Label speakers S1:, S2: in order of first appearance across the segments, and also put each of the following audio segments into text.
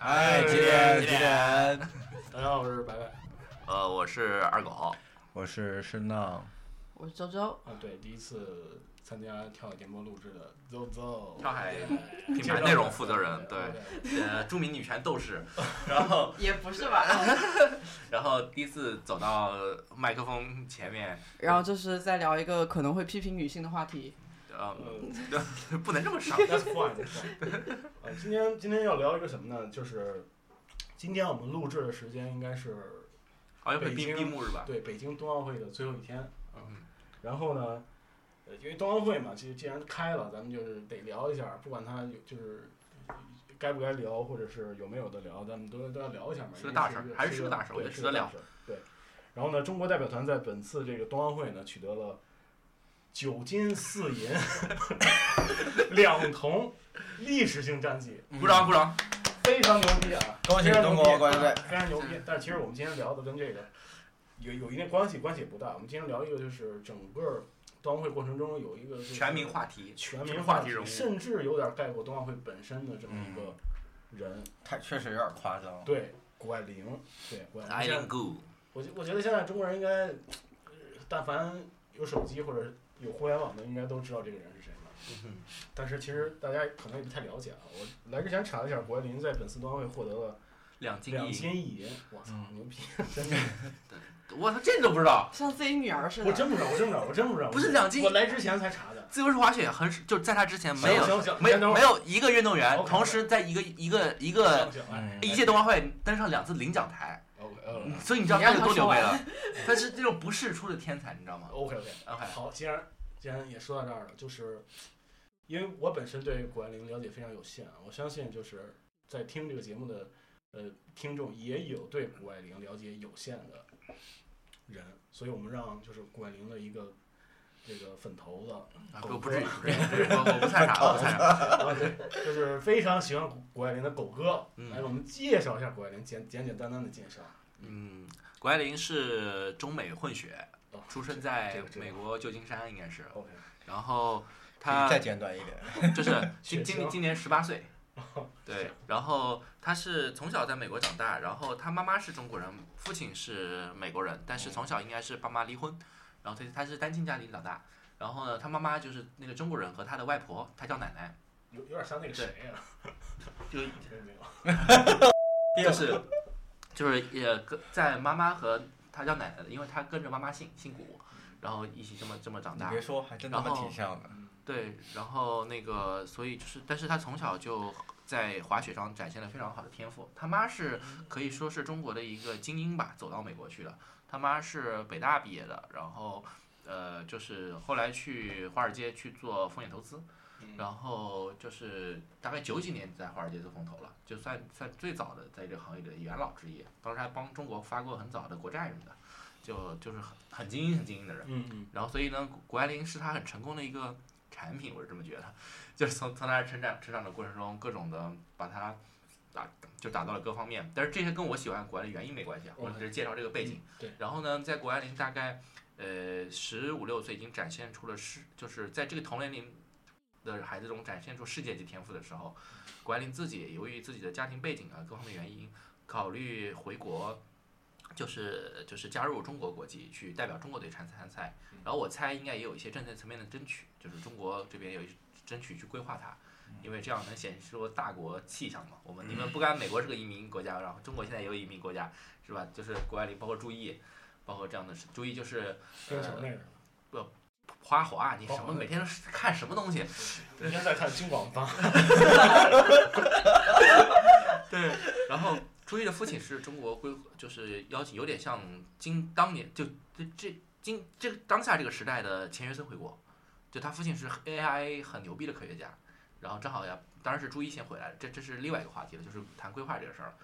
S1: 哎，
S2: 几
S1: 点
S2: 几
S1: 点？
S2: 大家好，我是白啊白。
S3: 呃，我是二狗，
S1: 我是申浪，
S4: 我是周周，
S2: 啊，对，第一次参加跳海电波录制的 ZOZO，
S3: 跳海
S2: 品
S3: 品牌内容负责人，对，
S2: 啊
S3: 呃，著名女权斗士。然后，
S4: 也不是吧？
S3: 然后第一次走到麦克风前面，
S4: 然后就是在聊一个可能会批评女性的话题。
S3: 呃，
S2: 嗯
S3: 不能这 么上。
S2: ，That's fine。呃，今天今天要聊一个什么呢？就是今天我们录制的时间应该是
S3: 好像被
S2: 北
S3: 闭
S2: 京
S3: 闭幕是吧？
S2: 对北京冬奥会的最后一天。
S3: 嗯，
S2: 然后呢，呃，因为冬奥会嘛，既既然开了，咱们就是得聊一下，不管它有就是该不该聊，或者是有没有的聊，咱们都都要聊一下嘛。
S3: 是
S2: 因
S3: 个
S2: 为
S3: 大事儿
S2: 一
S3: 还是
S2: 是
S3: 个大事儿我
S2: 对
S3: 觉得
S2: 是
S3: 值得
S2: 个大事儿对，然后呢，中国代表团在本次这个冬奥会呢，取得了九金四银 两铜，历史性战绩，
S3: 鼓掌鼓掌。
S2: 非常牛逼啊！
S1: 恭喜
S2: 非常
S1: 中
S2: 牛逼
S1: 国国家队！
S2: 非常牛逼。但是其实我们今天聊的跟这个有有一定关系，关系也不大。我们今天聊一个就是整个冬奥会过程中有一个就是
S3: 全民话题，
S2: 全民
S3: 话
S2: 话
S3: 题人物
S2: 甚至有点盖过冬奥会本身的这么一个
S3: 嗯
S2: 人。
S1: 他确实有点夸张。
S2: 对，拐铃，对拐
S3: 来
S2: 铃
S3: 零。go，
S2: 我觉我觉得现在中国人应该，呃但凡有手机或者有互联网的，应该都知道这个人是谁了。但是其实大家可能也不太了解啊。我来之前查了一下，郭爱林在本次冬奥会获得了
S3: 两金
S2: 两
S3: 一，
S2: 金一银，我操，
S1: 嗯
S2: 牛逼！真的，
S3: 我操，这你都不知道？
S4: 像自己女儿似
S2: 我
S4: 的。
S2: 真不知道，我真不知道，我真不知道。
S3: 不是两金
S2: 我来之前才查的。
S3: 自由式滑雪很就在他之前没有
S2: 行行行，
S3: 没
S2: 先等
S3: 有
S2: 会
S3: 没
S2: 儿
S3: 有一个运动员
S2: OK，OK
S3: 同时在一个一个一个
S2: 行行哎
S1: 嗯，
S3: 一届冬奥会登上两次领奖台，
S2: ，OK
S3: 所以你知道
S4: 你
S3: 他
S4: 让
S3: 有
S4: 他
S3: 多牛
S4: 说啊
S3: 掰
S4: 完
S3: 了？他是这种不世出的天才，你知道吗
S2: OK OK，
S3: ？OK，
S2: 哎好，既然既然也说到这儿了，就是因为我本身对谷爱凌了解非常有限啊，我相信就是在听这个节目的呃听众也有对谷爱凌了解有限的人，所以我们让就是谷爱凌的一个这个粉头子，
S3: 啊
S2: 狗
S3: 不不
S2: 哥
S3: 至于，不至于我我不太傻，我不太傻。
S2: 啊对，就是非常喜欢谷谷爱凌的狗哥，来
S3: 嗯
S2: 我们介绍一下谷爱凌，简简简单单的介绍。
S3: 嗯，谷爱凌是中美混血，
S2: 哦
S3: 出生
S2: 这
S3: 在
S2: 个这个
S3: 美国旧金山，应该是。
S2: OK，
S3: 然后她
S1: 你再简短一点。
S3: 就是今
S2: 血
S3: 今
S2: 清
S3: 今年十八岁， 对。然后她是从小在美国长大，然后她妈妈是中国人，父亲是美国人，但是从小应该是爸妈离婚，然后她她是单亲家庭长大。然后呢，她妈妈就是那个中国人和她的外婆，她叫奶奶，
S2: 有有点像那个谁呀、
S3: 就
S2: 没有没有
S3: 就是就是也跟在妈妈和她叫奶奶的，因为她跟着妈妈姓姓谷，然后一起这么这么长
S1: 你
S3: 大
S1: 别。说，还真他妈挺像的。
S3: 对，然后那个所以就是，但是她从小就在滑雪上展现了非常好的天赋。她妈是可以说是中国的一个精英吧，走到美国去了。她妈是北大毕业的，然后呃就是后来去华尔街去做风险投资。
S1: 嗯
S3: 然后就是大概九几年在华尔街做风投了，就算算最早的在这个行业里的元老之一，当时还帮中国发过很早的国债什么的，就就是很很精英很精英的人。
S2: 嗯嗯，
S3: 然后所以呢，谷谷爱凌是她很成功的一个产品，我是这么觉得， 就是从从她成长成长的过程中，各种的把她打就打到了各方面，但是这些跟我喜欢谷爱凌原因没关系啊，我
S2: OK
S3: 只是介绍这个背景。
S2: 哦对
S3: 然后呢，在谷爱凌大概呃十五六岁已经展现出了世，就是在这个同年龄的孩子中展现出世界级天赋的时候，谷爱凌自己由于自己的家庭背景啊各方面原因，考虑回国。就是就是加入中国国籍去代表中国队参参赛，然后我猜应该也有一些政策层面的争取，就是中国这边有一争取去规划它，因为这样能显示出大国气象嘛。我们你们不甘美国是个移民国家，然后中国现在也有移民国家，是吧？就是谷爱凌，包括朱毅，包括这样的事，朱毅就是
S2: 跟什么那个？
S3: 花滑，你什
S2: 花
S3: 么
S2: 滑
S3: 每天都是看什么东西？
S2: 今天在看《金广发》。
S3: 对，然后朱毅的父亲是中国规，就是邀请，有点像今当年就这这今这个当下这个时代的钱学森回国，就他父亲是 AIA 很牛逼的科学家，然后正好呀，当然是朱毅先回来的，这这是另外一个话题了，就是谈规划这个事儿了。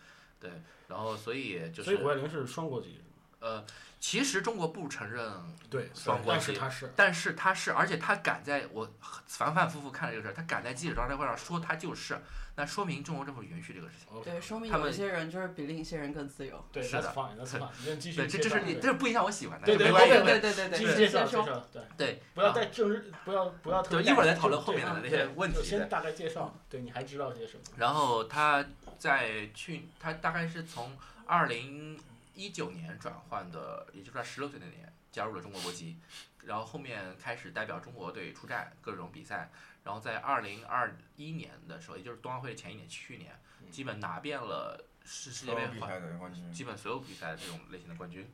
S3: 对，然后所以就
S2: 所以谷
S3: 是
S2: 爱凌是双国籍，
S3: 呃，其实中国不承认
S2: 对，
S3: 双关
S2: 但是
S3: 系
S2: 他是
S3: 但是他是，而且他敢在我反反复复看了这个事儿，他敢在记者招待会上说他就是，那说明中国政府允许这个事情。
S2: OK
S4: 对，说明
S3: 他
S4: 有一
S3: 们
S4: 些人就是比另一些人更自由。
S2: 对，
S3: 是
S2: that's
S3: 的
S2: fine，that's fine，你继续
S3: 对，这
S2: 介
S3: 这是
S2: 绍
S3: 你，
S2: 对
S3: 这是不影响我喜欢的，
S2: 对对对
S3: 没关系。
S2: 对
S4: 对对对
S2: 继
S4: 对
S2: 续
S4: 对，
S2: 介绍
S4: 先
S2: 介
S4: 说。
S2: 绍，对，
S3: 对，
S2: 不要
S3: 啊
S2: 带政治，不要不要特
S3: 对
S2: 别带
S3: 一会儿再
S2: 政
S3: 讨论
S2: 治
S3: 后面
S2: 对
S3: 的那些
S2: 啊对
S3: 问
S2: 就
S3: 题对
S2: 先大概介绍，对，你还知道些什么？
S3: 然后他在去，他大概是从二零一九年转换的，也就是他十六岁那年加入了中国国籍，然后后面开始代表中国队出战各种比赛，然后在二零二一年的时候，也就是冬奥会前一年，去年
S2: 嗯
S3: 基本拿遍了世世
S1: 所
S3: 界杯
S1: 有比
S3: 环
S1: 赛的冠军，
S3: 基本所有比赛这种类型的冠军。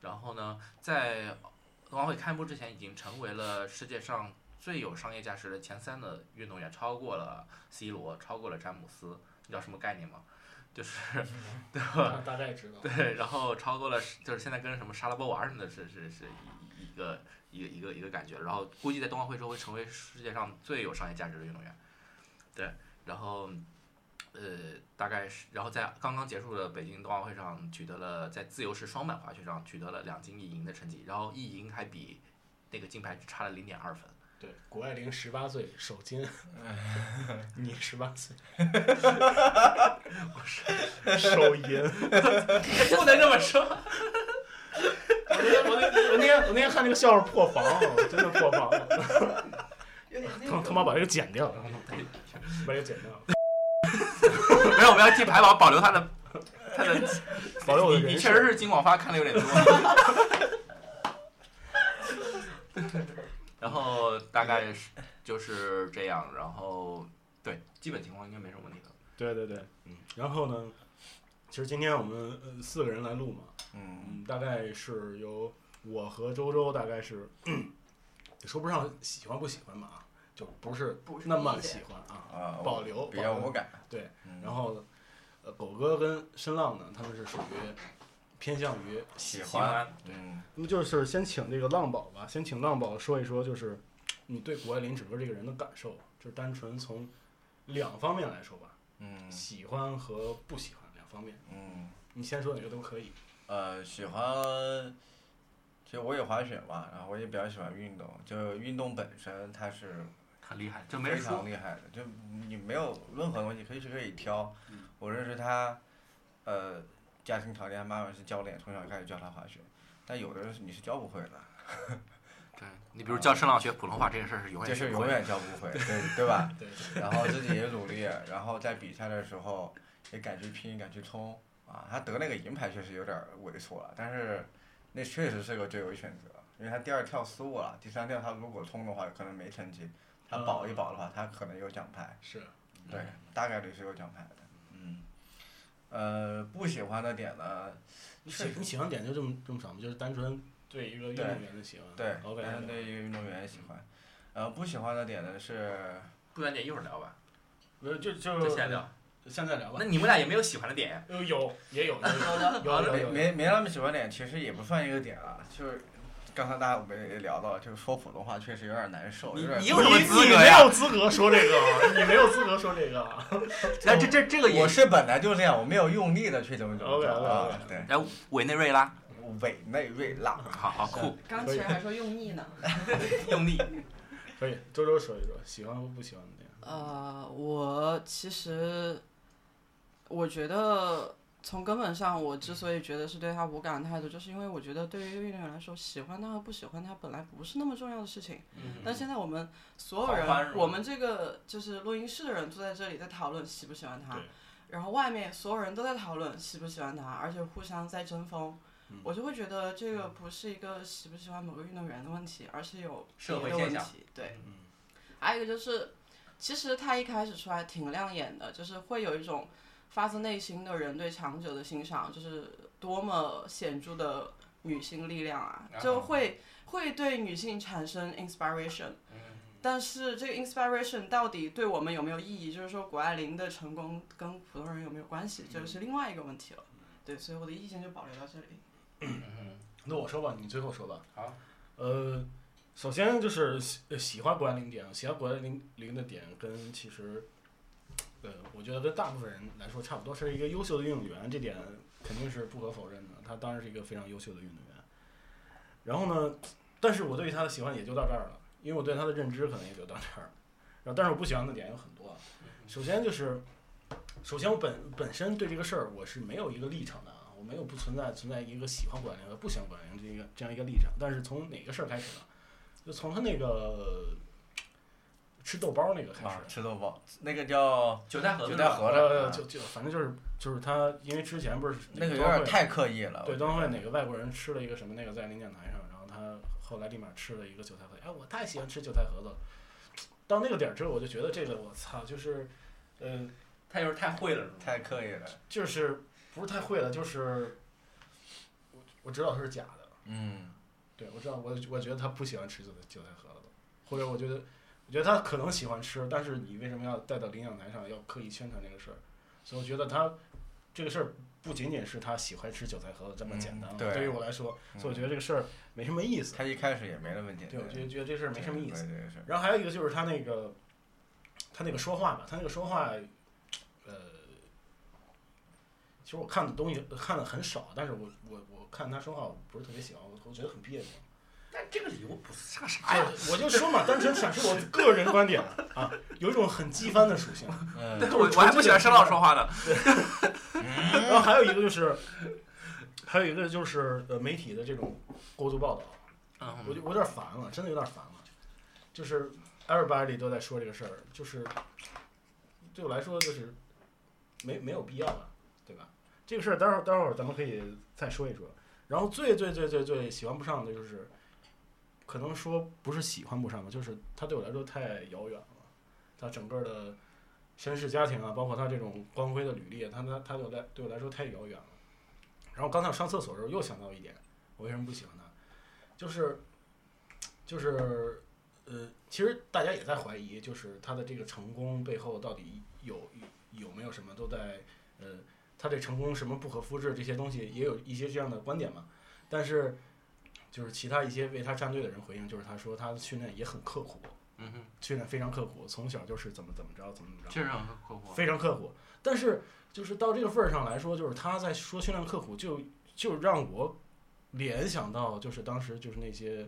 S3: 然后呢，在冬奥会开幕之前，已经成为了世界上最有商业价值的前三的运动员，超过了 C 罗，超过了詹姆斯。你知道什么概念吗？就是
S2: 大大概知道。
S3: 对，然后超过了是就是现在跟什么莎拉波娃什么的是是是一一个一个一个一个感觉，然后估计在冬奥会之后会成为世界上最有商业价值的运动员。对，然后呃大概是，然后在刚刚结束的北京冬奥会上取得了在自由式双板滑雪上取得了两金一银的成绩，然后一银还比那个金牌只差了零点二分。
S2: 对，谷爱凌十八岁首 金，你十八 岁，我是首银。
S3: 不能这么说，
S2: 我那天我那我那天我那天看那个笑话破防了，真的破防了。
S4: 有点那
S2: 他他妈把这个剪掉，把这个剪掉，
S3: 没有，我们要替排保保留他的他的，
S2: 保佑我的
S3: 你
S2: 人
S3: 你
S2: 设
S3: 确实是金广发看的有点 多。然后大概是就是这样，然后对基本情况应该没什么问题的。
S2: 对对对，嗯。然后呢，其实今天我们呃四个人来录嘛，
S1: 嗯，
S2: 嗯，大概是由我和周周，大概是 说不上喜欢不喜欢吧，啊，就不是
S4: 不是
S2: 那么
S4: 理解
S2: 喜欢啊。
S1: 啊，
S2: 保留
S1: 比较
S2: 保留
S1: 无感。
S2: 对
S1: 嗯，
S2: 然后，呃，狗哥跟申浪呢，他们是属于偏向于
S1: 喜
S3: 喜欢
S1: 欢，嗯，
S2: 那么就是先请这个浪宝吧，先请浪宝说一说，就是你对谷爱凌整个这个人的感受，就是单纯从两方面来说吧，
S1: 嗯
S2: 喜欢和不喜欢两方面，
S1: 嗯，
S2: 你先说哪个都可以。
S1: 呃，喜欢。其实我也滑雪嘛，然后我也比较喜欢运动。就运动本身，它是
S3: 很厉害，就没
S1: 非
S3: 人
S1: 常
S3: 说。
S1: 厉害的，就你没有任何东西可以是可以挑
S3: 嗯。
S1: 我认识他，呃，家庭条件，妈妈是教练，从小开始教他滑雪。但有的人是你是教不会的，
S3: 对你比如教申浪学普通话这件事儿是永
S1: 这
S3: 远
S1: 是
S3: 学不
S1: 永
S3: 会的。
S1: 远教不 会，对对吧？
S2: 对，
S1: 然后自己也努力，然后在比赛的时候也敢去拼，敢去冲啊。他得那个银牌确实有点猥琐了，但是那确实是个最有选择，因为他第二跳失误了，第三跳他如果冲的话可能没成绩，他保一保的话他可能有奖牌。
S2: 是
S1: 对，
S2: 嗯
S1: 大概率是有奖牌的。嗯，呃，不喜欢的点呢，
S2: 你喜你喜欢点就这么这么少吗？就是单纯对一个运动员的喜欢。
S1: 对，
S2: ，OK，
S1: 但是对于运动员喜欢。呃，不喜欢的点呢是，
S3: 不然点一会儿聊吧，
S2: 没有就
S1: 呃
S2: 就
S3: 就先聊。
S2: 现在聊吧
S3: 那。你们俩也没有喜欢的点呀？
S2: 呃，有也有有
S4: 的
S2: 有有
S1: 没
S2: 有有
S1: 没没那么喜欢点，其实也不算一个点啊，就是刚才大家我们也聊到，就是说普通话确实有点难受，
S3: 你
S1: 有点
S3: 你
S1: 不。
S3: 有什么
S2: 你
S3: 资
S2: 你
S3: 格
S2: 没
S3: 呀？
S2: 有资格说这个，啊你没有资格说这个。啊
S3: 那哎这这这个也
S1: 我是本来就这样，我没有用力的去怎么怎么着啊
S2: OK，OK，OK
S1: 对，
S3: 来哎委内瑞拉，
S1: 委内瑞
S2: 嗯
S1: 拉，
S3: 好好酷，
S4: 刚其实还说用腻呢。
S3: 用 力。
S2: 可以，周周说一说喜欢和不喜欢的点。
S4: 呃，我其实我觉得从根本上，我之所以觉得是对他无感的态度，就是因为我觉得对于运动员来说，喜欢他和不喜欢他本来不是那么重要的事情。
S3: 嗯
S4: 但现在我们所有
S3: 狂欢是
S4: 人，
S3: 吗
S4: 我们这个就是录音室的人坐在这里在讨论喜不喜欢他
S2: 对，
S4: 然后外面所有人都在讨论喜不喜欢他，而且互相在争锋。
S3: 嗯
S4: 我就会觉得这个不是一个喜不喜欢某个运动员的问题，而是有
S3: 社会
S4: 别的问
S3: 现象
S4: 题。对，
S2: 嗯
S4: 还有一个就是，其实他一开始出来挺亮眼的，就是会有一种发自内心的人对强者的欣赏，就是多么显著的女性力量啊，就会会对女性产生 inspiration。但是这个 inspiration 到底对我们有没有意义？就是说，谷爱凌的成功跟普通人有没有关系，这是另外一个问题了。对，所以我的意见就保留到这里。
S2: 那我说吧，你最后说吧。
S3: 好。
S2: 呃，首先就是喜呃喜欢谷爱凌点，喜欢谷爱凌凌的点跟其实呃，我觉得跟大部分人来说差不多，是一个优秀的运动员，这点肯定是不可否认的。他当然是一个非常优秀的运动员。然后呢，但是我对他的喜欢也就到这儿了，因为我对他的认知可能也就到这儿了。然后，但是我不喜欢的点有很多啊。首先就是，首先我本本身对这个事儿我是没有一个立场的啊，我没有不存在存在一个喜欢管凌和不喜欢管凌这一个这样一个立场。但是从哪个事儿开始呢？就从他那个吃豆包那个开始
S1: 啊，，吃豆包，那个叫
S3: 九寨河
S1: 九
S3: 的
S1: 寨
S3: 吧
S1: 河
S2: 呃，
S1: 的，
S2: 就就反正就是就是他，因为之前不是
S1: 那个有
S2: 冬奥
S1: 点
S2: 会
S1: 太刻意了。
S2: 对
S1: 我
S2: 冬奥
S1: 觉
S2: 会
S1: 得
S2: 哪个外国人吃了一个什么那个在领奖台上，然后他后来立马吃了一个韭菜盒，哎，我太喜欢吃韭菜盒子了。到那个点儿之后，我就觉得这个我操，就是，呃，
S3: 他就是太会了，是吗
S1: 太刻意了。
S2: 就是不是太会了，就是我我知道它是假的，
S1: 嗯，
S2: 对我知道我我觉得他不喜欢吃韭菜韭菜盒子，或者我觉得我觉得他可能喜欢吃，但是你为什么要带到领奖台上要刻意宣传这个事儿？所以我觉得他这个事儿不仅仅是他喜欢吃韭菜盒子这么简单了、
S1: 嗯对
S2: 对于我来说，
S1: 嗯
S2: 所以我觉得这个事儿没什么意思。
S1: 他一开始也没那么简单。
S2: 对，我觉得觉得这事儿没什么意思。
S1: 对。对对是
S2: 然后还有一个就是他那个他那个说话吧，他那个说话，呃，其实我看的东西看的很少，但是我我我看他说话我不是特别喜欢，我我觉得很别扭。
S3: 但这个理由不是啥啥
S2: 哎
S3: 呀？，
S2: 我就说嘛，单纯阐述我个人观点啊，有一种很机翻的属性。
S1: 嗯
S3: 但是我我还不喜欢沈老说话呢。
S2: 然后还有一个就是，还有一个就是呃媒体的这种过度报道，我
S3: 嗯，
S2: 就我有点烦了，真的有点烦了。就是 everybody 都在说这个事儿，就是对我来说就是没没有必要了，对吧？这个事儿待会儿待会儿咱们可以再说一说。然后最最最最最喜欢不上的就是，可能说不是喜欢不上吧，就是它对我来说太遥远了。它整个的身世家庭啊，包括它这种光辉的履历，啊它它它对我来对我来说太遥远了。然后刚才我上厕所的时候又想到一点，我为什么不喜欢他？就是就是呃，其实大家也在怀疑，就是他的这个成功背后到底有有没有什么都在呃，他对成功什么不可复制这些东西也有一些这样的观点嘛。但是就是其他一些为他站队的人回应，就是他说他的训练也很刻苦，
S3: 嗯哼，
S2: 训练非常刻苦，从小就是怎么怎么着怎么怎么着。
S3: 确实很啊困惑。
S2: 非常刻苦。但是就是到这个份儿上来说，就是他在说训练刻苦就，就让我联想到就是当时就是那些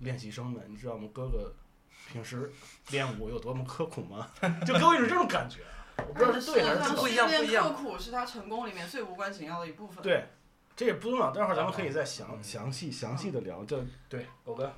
S2: 练习生们，你知道吗？哥哥平时练舞有多么刻苦吗？ 就给我一种这种感觉，啊我不知道是对还是
S4: 他
S2: 错。
S3: 哎不一样
S4: 训
S3: 不一
S4: 练
S3: 样
S4: 刻苦是他成功里面最无关紧要的一部分。，
S2: 对，这也不重要，待会儿咱们可以再详
S1: 嗯
S2: 详细详细的聊。这对狗哥，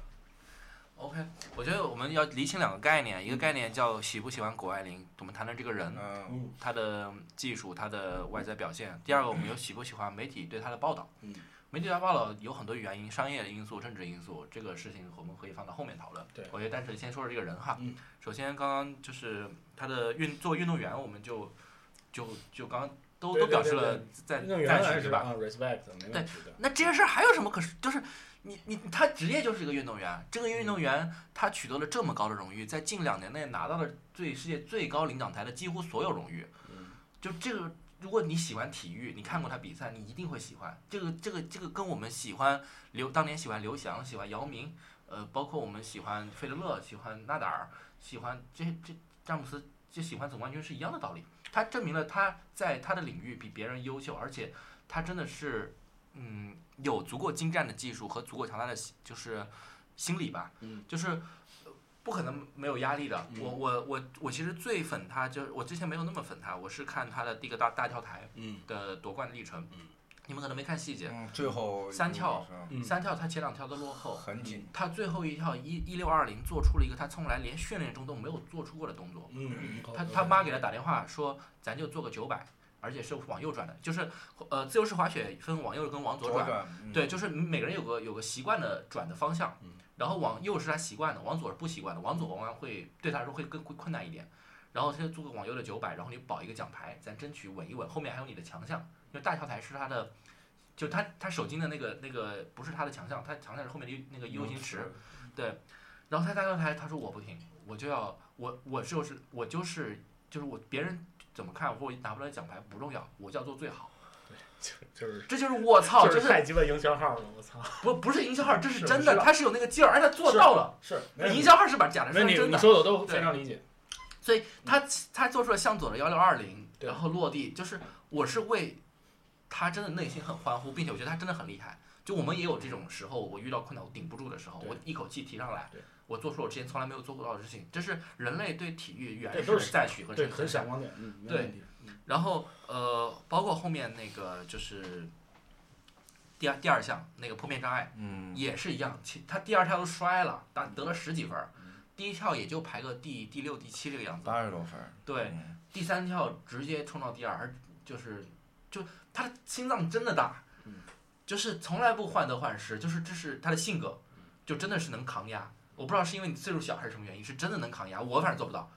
S3: OK，我觉得我们要厘清两个概念，一个概念叫喜不喜欢谷爱凌，我们谈论这个人，
S1: 嗯
S2: 嗯
S3: 他的技术，他的外在表现；第二个，我们有喜不喜欢媒体对他的报道。
S2: 嗯，
S3: 媒体对他报道有很多原因，商业因素、政治因素，这个事情我们可以放到后面讨论。
S2: 对
S3: 我觉得单纯先说说这个人哈。
S2: 嗯，
S3: 首先刚刚就是他的运做运动员，我们就就就刚刚都
S2: 对
S3: 都
S2: 对
S3: 表示
S2: 对
S3: 了
S2: 对
S3: 赞
S2: 那原
S3: 赞
S2: 来
S3: 许对
S2: 是
S3: 吧？
S2: 啊，respect 没问题的。
S3: 那这件事儿还有什么可说？就是你你他职业就是一个运动员，这个运动员他取得了这么高的荣誉，在近两年内拿到了最世界最高领奖台的几乎所有荣誉。就这个，如果你喜欢体育，你看过他比赛，你一定会喜欢。这个这个这个跟我们喜欢刘当年喜欢刘翔、喜欢姚明，呃，包括我们喜欢费德勒、喜欢纳达尔、喜欢这这詹姆斯，这喜欢总冠军是一样的道理。他证明了他在他的领域比别人优秀，而且他真的是，嗯，有足够精湛的技术和足够强大的心就是心理吧，
S2: 嗯，
S3: 就是呃不可能没有压力的。
S2: 嗯
S3: 我我我我其实最粉他，就是我之前没有那么粉他，我是看他的第一个大大跳台
S2: 嗯
S3: 的夺冠历程，
S2: 嗯
S3: 你们可能没看细节，
S1: 嗯，最后
S3: 三
S1: 一
S3: 跳
S1: 个
S2: 嗯
S3: 三跳他前两跳都落
S1: 是
S3: 后，
S1: 很紧，
S3: 他最后一跳一一六二零做出了一个他从来连训练中都没有做出过的动作，
S2: 嗯，
S3: 他他妈给他打电话说，咱就做个九百，而且是往右转的，就是呃自由式滑雪分往右跟往左
S1: 左
S3: 转，
S1: 转，嗯
S3: 对，就是每个人有个有个习惯的转的方向
S2: 嗯，
S3: 然后往右是他习惯的，往左是不习惯的，往左往往会对他来说会更会困难一点。然后他就做个往右的九百，然后你保一个奖牌，咱争取稳一稳，后面还有你的强项，因为大跳台是他的，就他他手筋的那个那个不是他的强项，他强项是后面的 U- 那个
S1: 嗯
S3: U 型池，对。然后他大跳台，他说我不听，我就要我我就是我就是就是我别人怎么看或者拿不到奖牌不重要，我就要做最好，
S2: 就就是
S3: 这就是我操，
S2: 就
S3: 就是
S2: 太鸡巴营销号了，我操！
S3: 不不是营销号，这是
S2: 是
S3: 真
S2: 我知
S3: 的，
S2: 道
S3: 他是有那个劲儿，而且他做到了。
S2: 是
S3: 营销号是把假的
S2: 那
S3: 说
S2: 你
S3: 成真
S2: 你
S3: 的，
S2: 说的我都非常理解。
S3: 所以他他做出了向左的幺六二零，
S2: 嗯对
S3: 然后落地，就是我是为他真的内心很欢呼，并且我觉得他真的很厉害。就我们也有这种时候，我遇到困难我顶不住的时候，
S2: 对
S3: 我一口气提上来
S2: 对，
S3: 我做出了我之前从来没有做过到的事情，这是人类对体育原
S2: 对
S3: 始
S2: 都
S3: 的
S2: 是
S3: 赞许和
S2: 对，
S3: 称
S2: 很
S3: 赞
S2: 闪光点，嗯，没
S3: 对
S2: 问题。嗯
S3: 然后呃，包括后面那个就是第二第二项那个破面障碍
S1: 嗯，
S3: 也是一样，其他第二跳都摔了，打得了十几分儿，第一跳也就排个第第六第七这个样子。
S1: 八十多分儿。
S3: 对，
S1: 嗯，
S3: 第三跳直接冲到第二，而就是就他的心脏真的大
S2: 嗯，
S3: 就是从来不患得患失，就是这是他的性格，就真的是能抗压。我不知道是因为你岁数小还是什么原因，是真的能抗压，我反正做不到。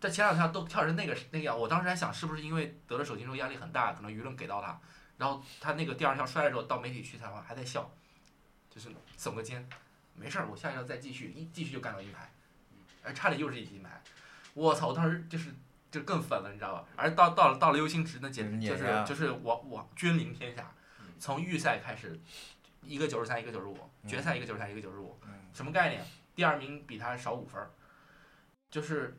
S3: 在前两跳都跳成那个那个样，我当时还想是不是因为得了手心之后压力很大，可能舆论给到他，然后他那个第二跳摔了之后到媒体去采访还在笑，就是耸个肩，没事儿，我下一跳再继续，一继续就干到银牌，哎，差点又是一金牌，我操！我当时就是就更粉了，你知道吧？而到到了到了优心值，那简
S1: 嗯
S3: 直就是
S1: 碾压
S3: 就是我我君临天下
S2: 嗯，
S3: 从预赛开始，一个九十三，一个九十五，
S1: 嗯
S3: 决赛一个九十三，一个九十五，
S1: 嗯
S3: 什么概念？第二名比他少五分儿，就是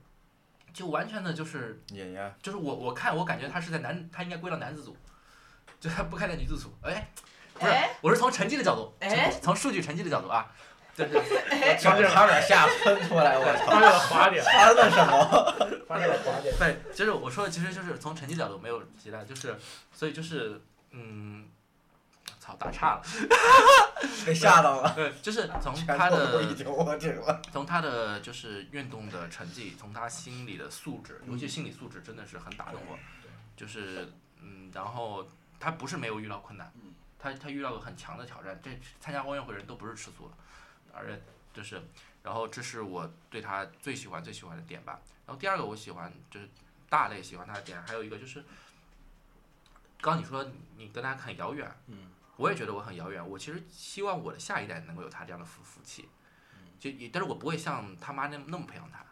S3: 就完全的就是
S1: 碾 压，
S3: 就是我我看我感觉他是在男，他应该归到男子组，就他不开在女子组。哎，不是
S4: 哎，
S3: 我是从成绩的角度，
S4: 哎
S3: 从从数据成绩的角度啊，就是
S1: 脚差点下喷出来，我 操！
S2: 发现了滑点，
S1: 喷了什么？
S2: 发现了滑点。
S3: 对，就是我说的，其实就是从成绩角度没有其他，就是所以就是嗯，操打岔了，
S1: 被吓到了。
S3: 对，就是从
S1: 全
S3: 他
S1: 都
S3: 的
S1: 已经握紧了。
S3: 从他的就是运动的成绩，从他心理的素质，尤其心理素质真的是很打动我。就是嗯，然后他不是没有遇到困难
S2: 嗯，
S3: 他他遇到了很强的挑战。这参加奥运会的人都不是吃素了，而且就是，然后这是我对他最喜欢最喜欢的点吧。然后第二个我喜欢就是大类喜欢他的点，还有一个就是，刚你说你跟他很遥远，
S2: 嗯，
S3: 我也觉得我很遥远。我其实希望我的下一代能够有他这样的福福气，
S2: 嗯
S3: 就也，但是我不会像他妈那么那么培养他。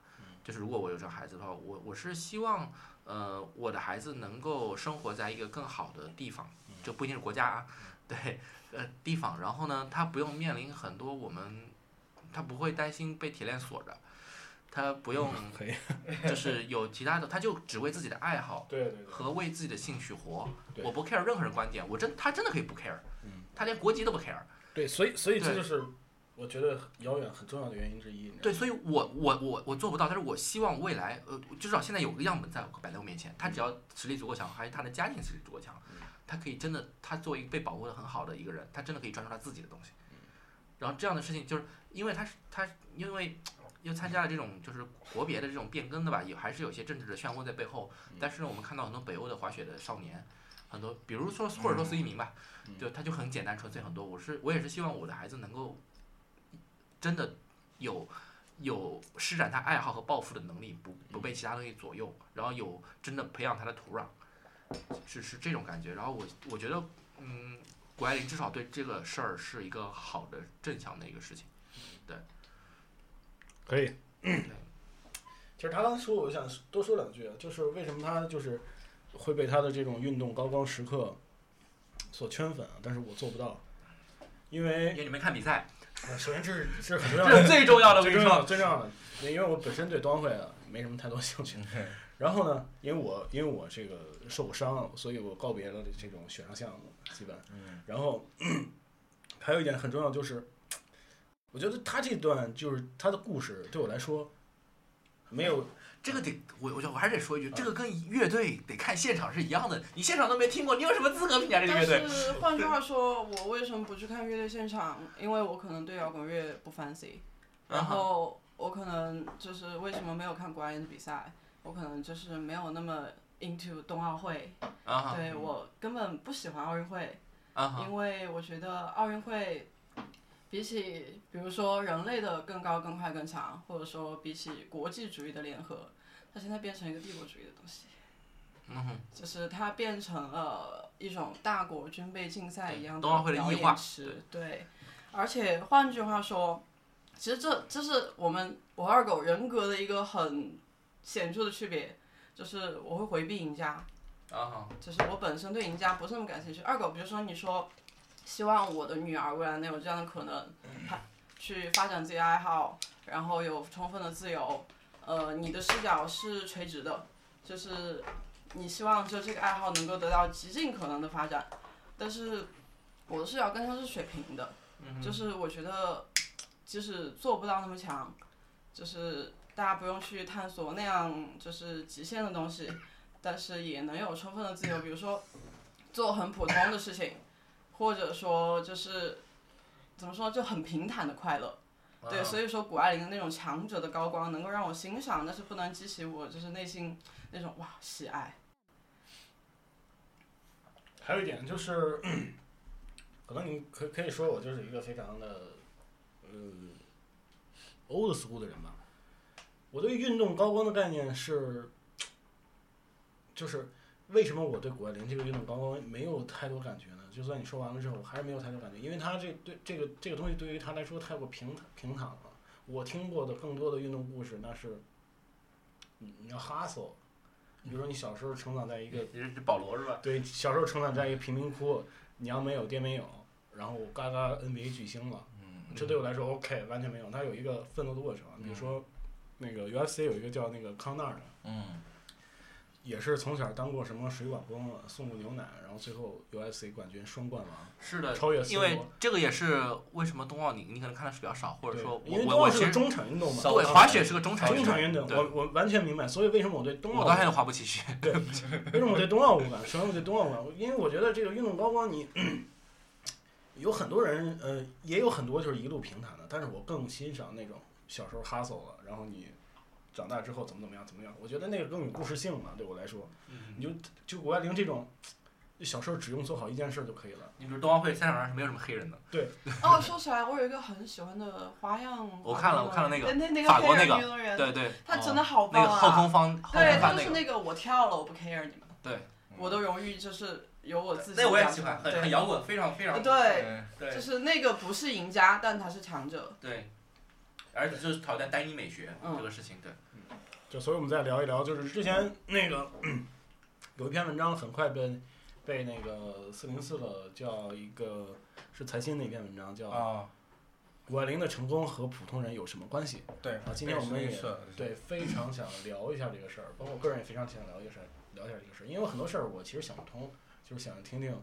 S3: 就是如果我有这个孩子的话，我我是希望，呃，我的孩子能够生活在一个更好的地方，
S2: 嗯
S3: 就不一定是国家啊， 对，呃，地方。然后呢，他不用面临很多我们，他不会担心被铁链锁着，他不用
S2: 嗯可以。
S3: 就是有其他的，他就只为自己的爱好
S2: 对对对，
S3: 和为自己的兴趣活。
S2: 对
S3: 我不 care 任何人观点，我真他真的可以不 care，
S2: 嗯
S3: 他连国籍都不 care。
S2: 对，所以所以这
S3: 对
S2: 就是我觉得遥远很重要的原因之一。你知道吗
S3: 对，所以我我我我做不到，但是我希望未来，呃，至少现在有个样本在我摆在我面前，他只要实力足够强，还有他的家庭实力足够强
S2: 嗯，
S3: 他可以真的，他作为一个被保护的很好的一个人，他真的可以赚出他自己的东西。
S2: 嗯
S3: 然后这样的事情，就是因为他是他因为又参加了这种就是国别的这种变更的吧，也还是有些政治的漩涡在背后。
S2: 嗯
S3: 但是呢，我们看到很多北欧的滑雪的少年，很多比如说或者说孙一鸣吧，
S2: 嗯
S3: 就他就很简单纯粹很多。我是我也是希望我的孩子能够真的有有施展他爱好和抱负的能力，不不被其他东西左右，然后有真的培养他的土壤，是是这种感觉。然后我我觉得，嗯，谷爱凌至少对这个事儿是一个好的正向的一个事情。
S2: 可以。
S3: 对
S2: 其实他刚才说，我想多说两句，啊，就是为什么他就是会被他的这种运动高光时刻所圈粉啊，但是我做不到，因
S3: 因
S2: 为
S3: 为你没看比赛，
S2: 呃首先这是这是很重要
S3: 这
S2: 的
S3: 是最重要的。
S2: 嗯
S3: 我
S2: 最
S3: 跟你
S2: 重要
S3: 说，
S2: 的，最重要的，因为我本身对端会啊没什么太多兴趣。
S3: 嗯
S1: 嗯
S2: 然后呢，因为我因为我这个受过伤啊，所以我告别了这种雪上项目，基本。
S1: 嗯
S2: 然后 还有一点很重要就是，我觉得他这段就是他的故事对我来说没有
S3: 这个得我我就我还是得说一句，这个跟乐队得看现场是一样的。你现场都没听过，你有什么资格评价这个
S4: 但
S3: 乐队？
S4: 是换句话说，我为什么不去看乐队现场？因为我可能对摇滚乐不 fancy，然
S3: 啊嗯
S4: 后我可能就是为什么没有看国安的比赛，我可能就是没有那么 into 冬奥会，
S3: 啊哈
S4: 对我根本不喜欢奥运会。
S3: 啊哈
S4: 因为我觉得奥运会比起比如说人类的更高、更快、更强，或者说比起国际主义的联合，它现在变成一个帝国主义的东西，
S3: 嗯哼，
S4: 就是它变成了一种大国军备竞赛一样
S3: 冬奥
S4: 的
S3: 会的
S4: 表
S3: 异化
S4: 演池。对，而且换句话说，其实这这是我们我二狗人格的一个很显著的区别，就是我会回避赢家。
S3: 啊哈，
S4: 就是我本身对赢家不是那么感兴趣。二狗，比如说你说希望我的女儿未来能有这样的可能，她去发展自己的爱好，然后有充分的自由，呃，你的视角是垂直的，就是你希望就这个爱好能够得到极尽可能的发展，但是我的视角更像是水平的，就是我觉得即使做不到那么强，就是大家不用去探索那样就是极限的东西，但是也能有充分的自由，比如说做很普通的事情，或者说就是怎么说就很平坦的快乐。
S3: 啊
S4: 对，所以说谷爱凌的那种强者的高光能够让我欣赏，但是不能激起我就是内心那种哇喜爱。
S2: 还有一点就是，可能你可可以说我就是一个非常的，嗯，old school 的人吧。我对运动高光的概念是，就是为什么我对谷爱凌这个运动高光没有太多感觉呢？就算你说完了之后，我还是没有太多感觉，因为她这对这个这个东西对于她来说太过平坦平坦了。我听过的更多的运动故事，那是你你要 hustle，比如说你小时候成长在一个
S3: 你是保罗是吧？
S2: 对，小时候成长在一个贫民窟，娘没有，爹没有，然后我嘎嘎 NBA 巨星了，
S1: 嗯，
S2: 这对我来说 OK，完全没有。它有一个奋斗的过程，啊比如说那个 UFC 有一个叫那个康纳尔的，
S1: 嗯，
S2: 也是从小当过什么水管工啊，送过牛奶，然后最后 UFC 冠军双冠王，
S3: 是的，
S2: 超越
S3: 呃因
S2: C
S3: 为
S2: 罗。
S3: 这个也是为什么冬奥你你可能看的是比较少，或者
S2: 对
S3: 说
S2: 因为
S3: 我我
S2: 冬奥
S3: 我
S2: 是
S3: 其
S2: 个
S3: 实
S2: 中场运动嘛，
S1: 稍
S3: 对
S1: 微
S3: 滑雪是个中场
S1: 少
S2: 中
S1: 运
S2: 场
S1: 动
S2: 运动，
S3: 对
S2: 我我完全明白。所以为什么我对冬
S3: 我
S2: 奥
S3: 到现在滑不 起去。
S2: 为什么我对冬奥无感？首先我对冬奥无感，因为我觉得这个运动高光你 有很多人，呃，也有很多就是一路平坦的，但是我更欣赏那种小时候 hustle 了，然后你长大之后怎么怎么样怎么样，我觉得那个更有故事性嘛，对我来说，
S3: 嗯
S2: 你就就谷爱凌这种。就小时候只用做好一件事就可以了。
S3: 你比如冬奥会赛场上是没有什么黑人的，
S4: 哦，说起来，我有一个很喜欢的花样滑冰啊，
S3: 我看了我看了那个
S4: 对那那
S3: 法国
S4: 黑人
S3: 那个
S4: 运动员，
S3: 对对，
S2: 哦
S4: 他真的好
S3: 那
S4: 棒
S3: 个
S4: 啊！
S3: 后空翻后
S4: 对，
S3: 空
S4: 他
S3: 翻
S4: 就
S3: 那
S4: 是
S3: 个，
S4: 那个我跳了，我不 care 你们，
S3: 对，
S1: 嗯
S4: 我的荣誉就是由我自己。
S3: 那我也喜欢，很很
S4: 对
S3: 摇滚，非常非常
S4: 对，
S1: 对，
S4: 就
S3: 对
S4: 是那个不是赢家，但他是强者。
S3: 对，而且就是挑战单一美学
S4: 嗯
S3: 这个事情，对，
S2: 就所以我们再聊一聊，就是之前那个 有一篇文章很快被被那个四零四了，叫一个是财新的一篇文章，叫
S1: 啊，
S2: 谷爱凌的成功和普通人有什么关系？
S1: 对
S2: 啊，今天我们也
S1: 是
S2: 对，非常想聊一下这个事儿，包括我个人也非常想聊一下聊一下这个事儿，因为有很多事儿我其实想不通，就是想听听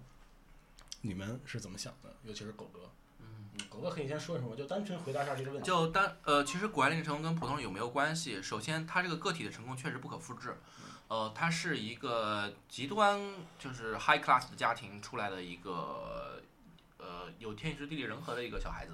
S2: 你们是怎么想的，尤其是狗哥，
S3: 嗯。
S2: 嗯狗哥可以先说什么，就单纯回答一下这个问题。
S3: 就单呃，其实管理成功跟普通人有没有关系？首先，他这个个体的成功确实不可复制，呃，他是一个极端就是 high class 的家庭出来的一个呃有天时地利人和的一个小孩子，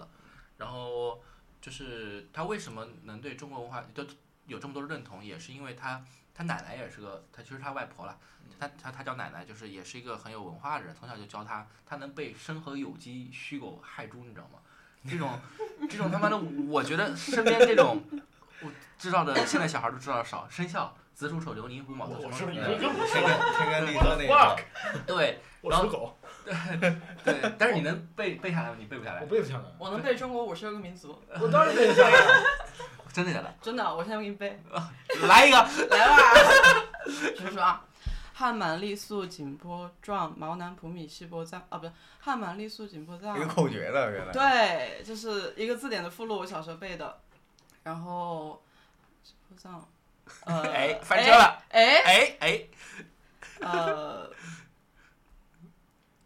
S3: 然后就是他为什么能对中国文化就有这么多认同，也是因为他他奶奶也是个他其实他外婆啦，
S2: 嗯
S3: 他他他叫奶奶，就是也是一个很有文化的人，从小就教他，他能被生和有机虚狗害猪，你知道吗？这种这种他妈的，我觉得身边这种我知道的，现在小孩都知道的少。生肖、子鼠、丑牛、寅虎、卯
S2: 我
S3: 兔、
S2: 我
S3: 什
S2: 是不
S3: 么
S2: 是已
S1: 对
S2: 经跟我
S1: 天
S2: 说了？
S1: 干天干地支那
S2: What
S1: 个
S2: the，
S3: 对
S2: 我属狗，
S3: 对，但是你能背背下来吗？你背不下
S2: 我
S3: 来，
S2: 背不下来，
S4: 我能背中国五十六个民族，
S2: 我当然背得下来了。
S3: 真的假的？
S4: 真的，我现在给你背。
S3: 来一个，
S4: 来吧， 数数啊。汉满傈僳景颇壮，毛南普米西伯藏啊，不是汉满傈僳景颇藏
S1: 一。个口诀的原来，
S4: 对，就是一个字典的附录，我小时候背的。然后，不藏， 呃，
S3: 哎，翻车，了，
S4: 哎，
S3: 哎哎，
S4: 呃，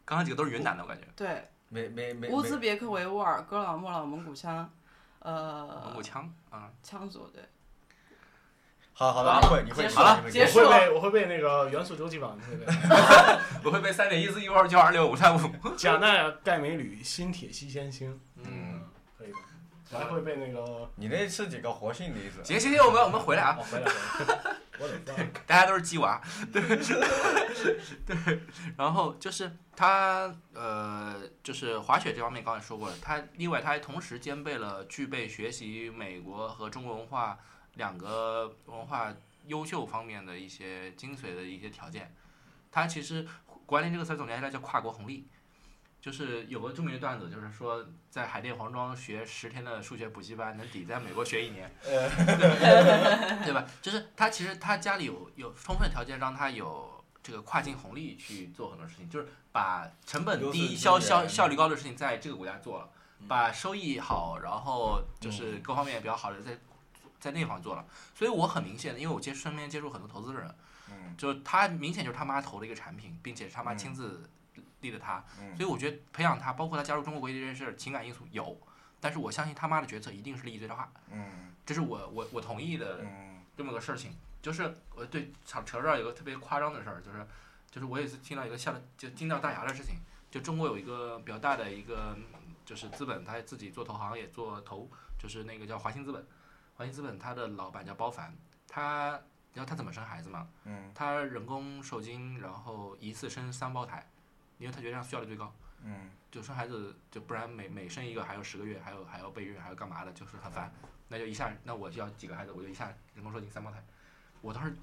S3: 刚刚几个都是云南的，我感觉
S4: 对，
S1: 没没没
S4: 乌
S1: 没
S4: 兹别克维吾尔、哥老莫老蒙古羌，
S3: 蒙
S4: 呃
S3: 古，腔啊，
S4: 羌族对，
S1: 好好的，
S3: 好
S1: 你会你会你
S4: 结束
S1: 会
S4: 了
S1: 你会
S4: 结
S2: 我
S4: 束
S2: 会背，我会背那个元素周期表，你会背？
S3: 我会背三点一四一五二九二六五三五，
S2: 贾奈盖梅吕，新铁西先星，
S3: 嗯，
S2: 嗯，可以的。我还会背那个，
S1: 你那是几个活性的意思？
S3: 行行行，我们我们回来啊，
S2: 我回来了，我 怎么办？
S3: 大家都是鸡娃， 对对，然后就是他呃，就是滑雪这方面刚才说过了，他另外他还同时兼备了具备学习美国和中国文化两个文化优秀方面的一些精髓的一些条件。他其实管理这个词儿总结下来叫跨国红利，就是有个著名的段子，就是说在海淀黄庄学十天的数学补习班，能抵在美国学一年。
S2: 呃
S3: 对吧？就是他其实他家里有有充分条件让他有这个跨境红利去做很多事情，就是把成本
S1: 优势
S3: 低、
S1: 资
S3: 效效
S1: 源
S3: 效率高的事情
S1: 嗯
S3: 在这个国家做了，把收益好，然后就是各方面比较好的在在那方做了。所以我很明显的，因为我接触身边接触很多投资人，
S1: 嗯
S3: 就他明显就是他妈投的一个产品，并且是他妈
S1: 嗯
S3: 亲自立的他，
S1: 嗯
S3: 所以我觉得培养他，包括他加入中国国籍这件事儿，情感因素有，但是我相信他妈的决策一定是利益最大化，
S1: 嗯
S3: 这是我我我同意的
S1: 嗯
S3: 这么个事情。就是我对扯扯这儿有个特别夸张的事儿，就是就是我有一次听到一个吓得就惊掉大牙的事情，就中国有一个比较大的一个就是资本，他自己做投行也做投，就是那个叫华兴资本，华兴资本它的老板叫包凡，他你知道他怎么生孩子吗？
S1: 嗯
S3: 他人工受精，然后一次生三胞胎，因为他觉得这样效率最高。
S1: 嗯
S3: 就生孩子，就不然每每生一个还有十个月，还有还要备孕，还要干嘛的，就是很烦。那就一下，那我要几个孩子，我就一下人工受精三胞胎。我当时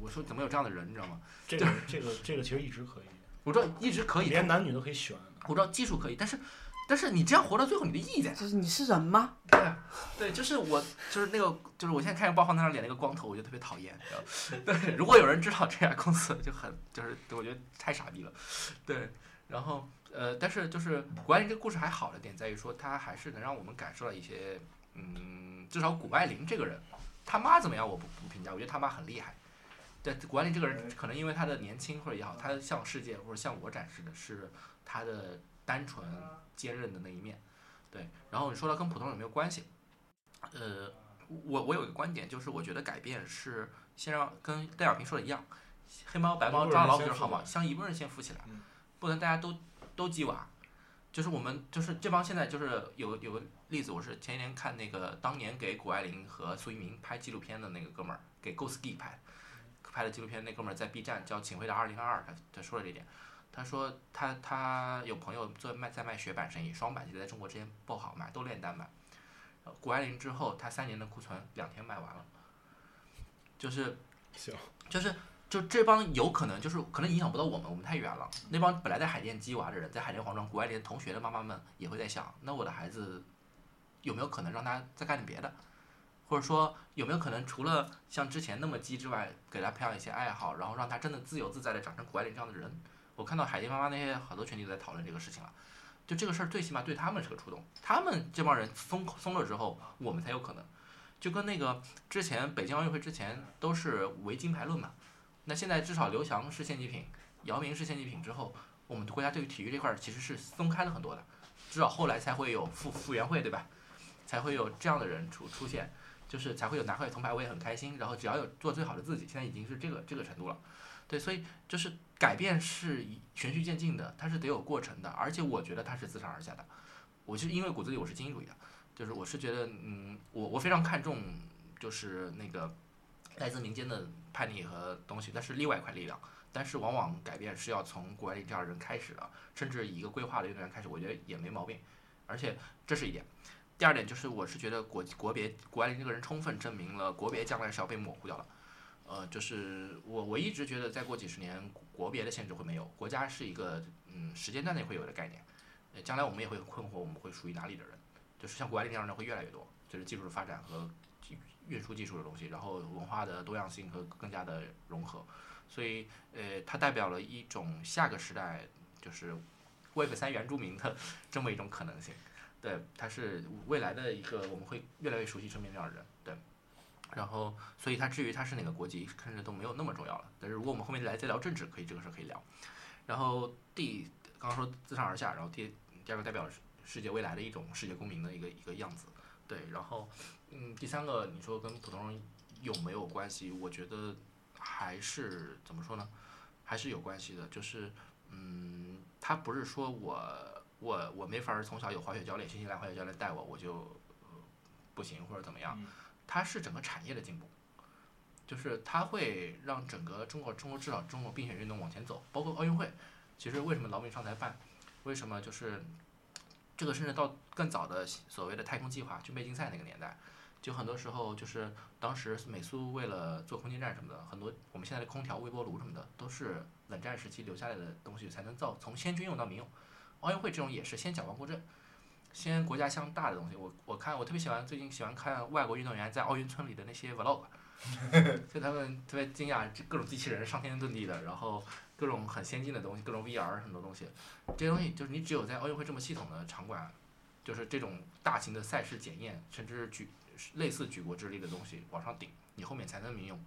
S3: 我说怎么有这样的人，你知道吗？
S2: 这个这个这个其实一直可以，
S3: 我知道一直可以，
S2: 连男女都可以选。
S3: 我知道技术可以，但是但是你这样活到最后，你的意义在哪？
S4: 就是你是人吗？
S3: 对啊，对，就是我，就是那个，就是我现在看着包浩那张脸那个光头，我就特别讨厌。然 后对，如果有人知道这家公司，就很就是我觉得太傻逼了。对，然后呃，但是就是谷爱凌这个故事还好的点在于说，它还是能让我们感受到一些，嗯，至少谷爱凌这个人，他妈怎么样我不不评价，我觉得他妈很厉害。对，谷爱凌这个人可能因为她的年轻或者也好，她向世界或者向我展示的是她的单纯坚韧的那一面。对，然后你说到跟普通人有没有关系？呃，我我有一个观点，就是我觉得改变是先让跟邓小平说的一样，黑猫白猫抓老虎就是好猫，先一拨人先扶起来
S2: 嗯，
S3: 不能大家都都鸡娃。就是我们就是这帮现在就是有有个例子，我是前一年看那个当年给谷爱凌和苏一鸣拍纪录片的那个哥们儿，给 Go Ski 拍拍的纪录片，那哥们儿在 B 站叫《请回答二零二二》，他他说了这点。他说他他有朋友做卖在卖雪板生意，双板其实在中国之前不好卖，都练单板。呃谷爱凌之后，他三年的库存两天卖完了，就是
S2: 行，
S3: 就是就这帮有可能就是可能影响不到我们，我们太远了。那帮本来在海淀鸡娃的人，在海淀黄庄，谷爱凌同学的妈妈们也会在想，那我的孩子有没有可能让他再干点别的？或者说有没有可能除了像之前那么鸡之外，给他培养一些爱好，然后让他真的自由自在的长成谷爱凌这样的人？我看到海淀妈妈那些好多群体都在讨论这个事情了，就这个事儿最起码对他们是个触动，他们这帮人松松了之后，我们才有可能。就跟那个之前北京奥运会之前都是唯金牌论嘛，那现在至少刘翔是献祭品，姚明是献祭品之后，我们国家对于体育这块儿其实是松开了很多的，至少后来才会有傅傅园慧对吧？才会有这样的人出出现，就是才会有拿回来铜牌，我也很开心。然后只要有做最好的自己，现在已经是这个这个程度了，对，所以就是改变是以循序渐进的，它是得有过程的，而且我觉得它是自上而下的。我是因为骨子里我是精英主义的，就是我是觉得，嗯，我我非常看重就是那个来自民间的叛逆和东西，但是另外一块力量，但是往往改变是要从国外这样的人开始的，甚至以一个规划的运动员开始，我觉得也没毛病。而且这是一点，第二点就是我是觉得国国别国外这个人充分证明了国别将来是要被模糊掉了。呃，就是我我一直觉得，再过几十年，国别的限制会没有，国家是一个嗯时间段内会有的概念。呃，将来我们也会困惑，我们会属于哪里的人？就是像国外这样的人会越来越多，随着技术的发展和技运输技术的东西，然后文化的多样性和更加的融合。所以，呃，它代表了一种下个时代，就是 Web 三原住民的这么一种可能性。对，它是未来的一个，我们会越来越熟悉身边这样的人。对，然后。所以他至于他是哪个国籍，甚至都没有那么重要了。但是如果我们后面来再聊政治，可以这个事儿可以聊。然后第刚刚说自上而下，然后第第二个代表世世界未来的一种世界公民的一个一个样子，对。然后嗯，第三个你说跟普通人有没有关系？我觉得还是怎么说呢？还是有关系的，就是嗯，他不是说我我我没法儿从小有滑雪教练，新西兰滑雪教练带我，我就、呃不行或者怎么样
S2: 嗯，
S3: 它是整个产业的进步。就是它会让整个中国，中国至少中国冰雪运动往前走，包括奥运会。其实为什么劳民伤财办？为什么就是这个，甚至到更早的所谓的太空计划，军备竞赛那个年代，就很多时候就是当时美苏为了做空间站什么的，很多我们现在的空调、微波炉什么的，都是冷战时期留下来的东西，才能造从先军用到民用。奥运会这种也是先讲亡国阵，先国家相大的东西。我我看我特别喜欢，最近喜欢看外国运动员在奥运村里的那些 vlog。所以他们特别惊讶，这各种机器人上天遁地的，然后各种很先进的东西，各种 VR 很多东西，这些东西就是你只有在奥运会这么系统的场馆，就是这种大型的赛事检验，甚至举类似举国之力的东西往上顶，你后面才能民用。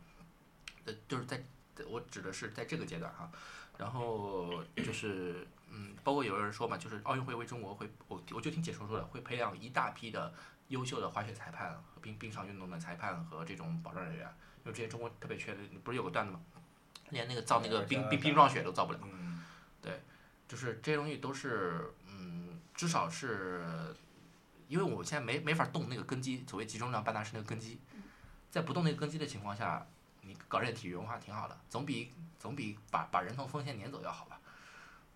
S3: 呃，就是在我指的是在这个阶段哈、然后就是嗯，包括有人说嘛，就是奥运会为中国会，我我就听解说说的，会培养一大批的优秀的滑雪裁判、和冰冰上运动的裁判和这种保障人员，因为之前中国特别缺，不是有个段子吗？连那个造那个冰冰冰撞雪都造不了。
S1: 嗯，
S3: 就是这些东西都是，嗯，至少是，因为我现在没没法动那个根基，所谓集中量半大是那个根基，在不动那个根基的情况下，你搞这体育文化挺好的，总比总比把把人从锋线撵走要好吧，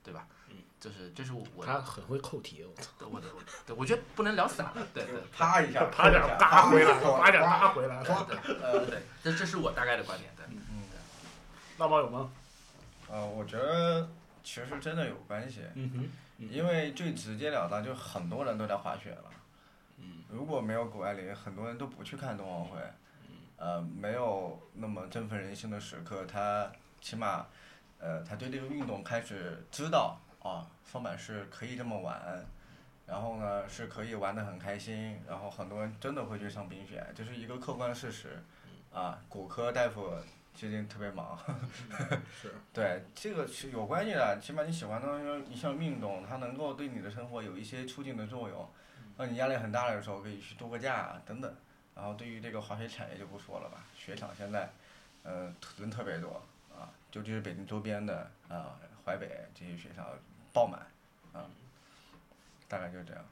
S3: 对吧？
S2: 嗯，
S3: 就是这是我我
S5: 他很会扣题，我操！
S3: 的我的我的，我觉得不能聊散了，对 对
S1: 啪一下，
S2: 啪点儿搭回来，
S1: 啪
S2: 啪点儿搭回来。
S3: 对对对，这这是我大概的观点，对，
S2: 那猫有吗？
S1: 呃，我觉得其实真的有关系，
S2: 嗯哼，
S1: 因为最直截了当，就很多人都在滑雪了。
S2: 嗯，
S1: 如果没有谷爱凌，很多人都不去看冬奥会。呃，没有那么振奋人心的时刻，他起码，呃，他对这个运动开始知道啊，翻板是可以这么玩，然后呢是可以玩得很开心，然后很多人真的会去上冰雪，这是一个客观事实。啊，骨科大夫最近特别忙，
S2: 是
S1: 对，这个是有关系的。起码你喜欢的一项运动，它能够对你的生活有一些促进的作用。
S3: 嗯
S1: 那你压力很大的时候，可以去度个假啊等等。然后对于这个滑雪产业就不说了吧，雪场现在，呃，人特别多啊，尤其是北京周边的啊、淮北这些雪场爆满
S3: 嗯
S1: 啊，大概就这样。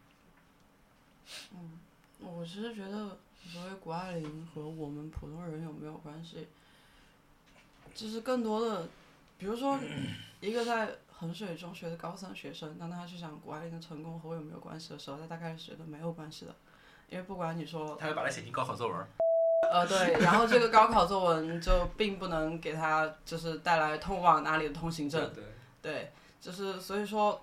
S4: 嗯，我其实觉得所谓谷爱凌和我们普通人有没有关系，就是更多的，比如说一个在衡水中学的高三学生，当他去想谷爱凌的成功和我有没有关系的时候，他大概是觉得没有关系的，因为不管你说
S3: 他会把它写进高考作文，
S4: 呃，对，然后这个高考作文就并不能给他就是带来通往哪里的通行证。
S3: 对，
S4: 对，就是所以说，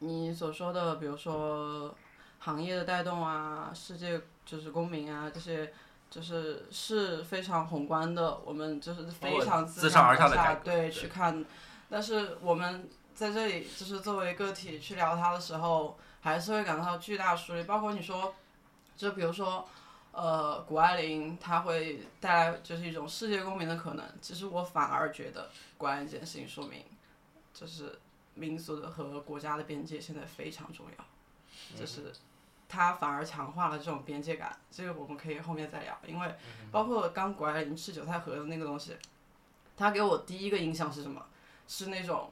S4: 你所说的，比如说行业的带动啊，世界就是公民啊，这些就是是非常宏观的，我们就是非常
S3: 哦自上而下
S4: 下
S3: 的改革
S4: 对
S3: 对
S4: 去看，但是我们在这里就是作为个体去聊它的时候，还是会感到巨大疏离，包括你说，就比如说。呃，谷爱凌她会带来就是一种世界公民的可能。其实我反而觉得谷爱凌这件事情说明就是民族的和国家的边界现在非常重要，
S3: 嗯
S4: 就是它反而强化了这种边界感。这个我们可以后面再聊，因为
S3: 嗯
S4: 包括刚国爱凌吃韭菜盒的那个东西，它给我第一个印象是什么？是那种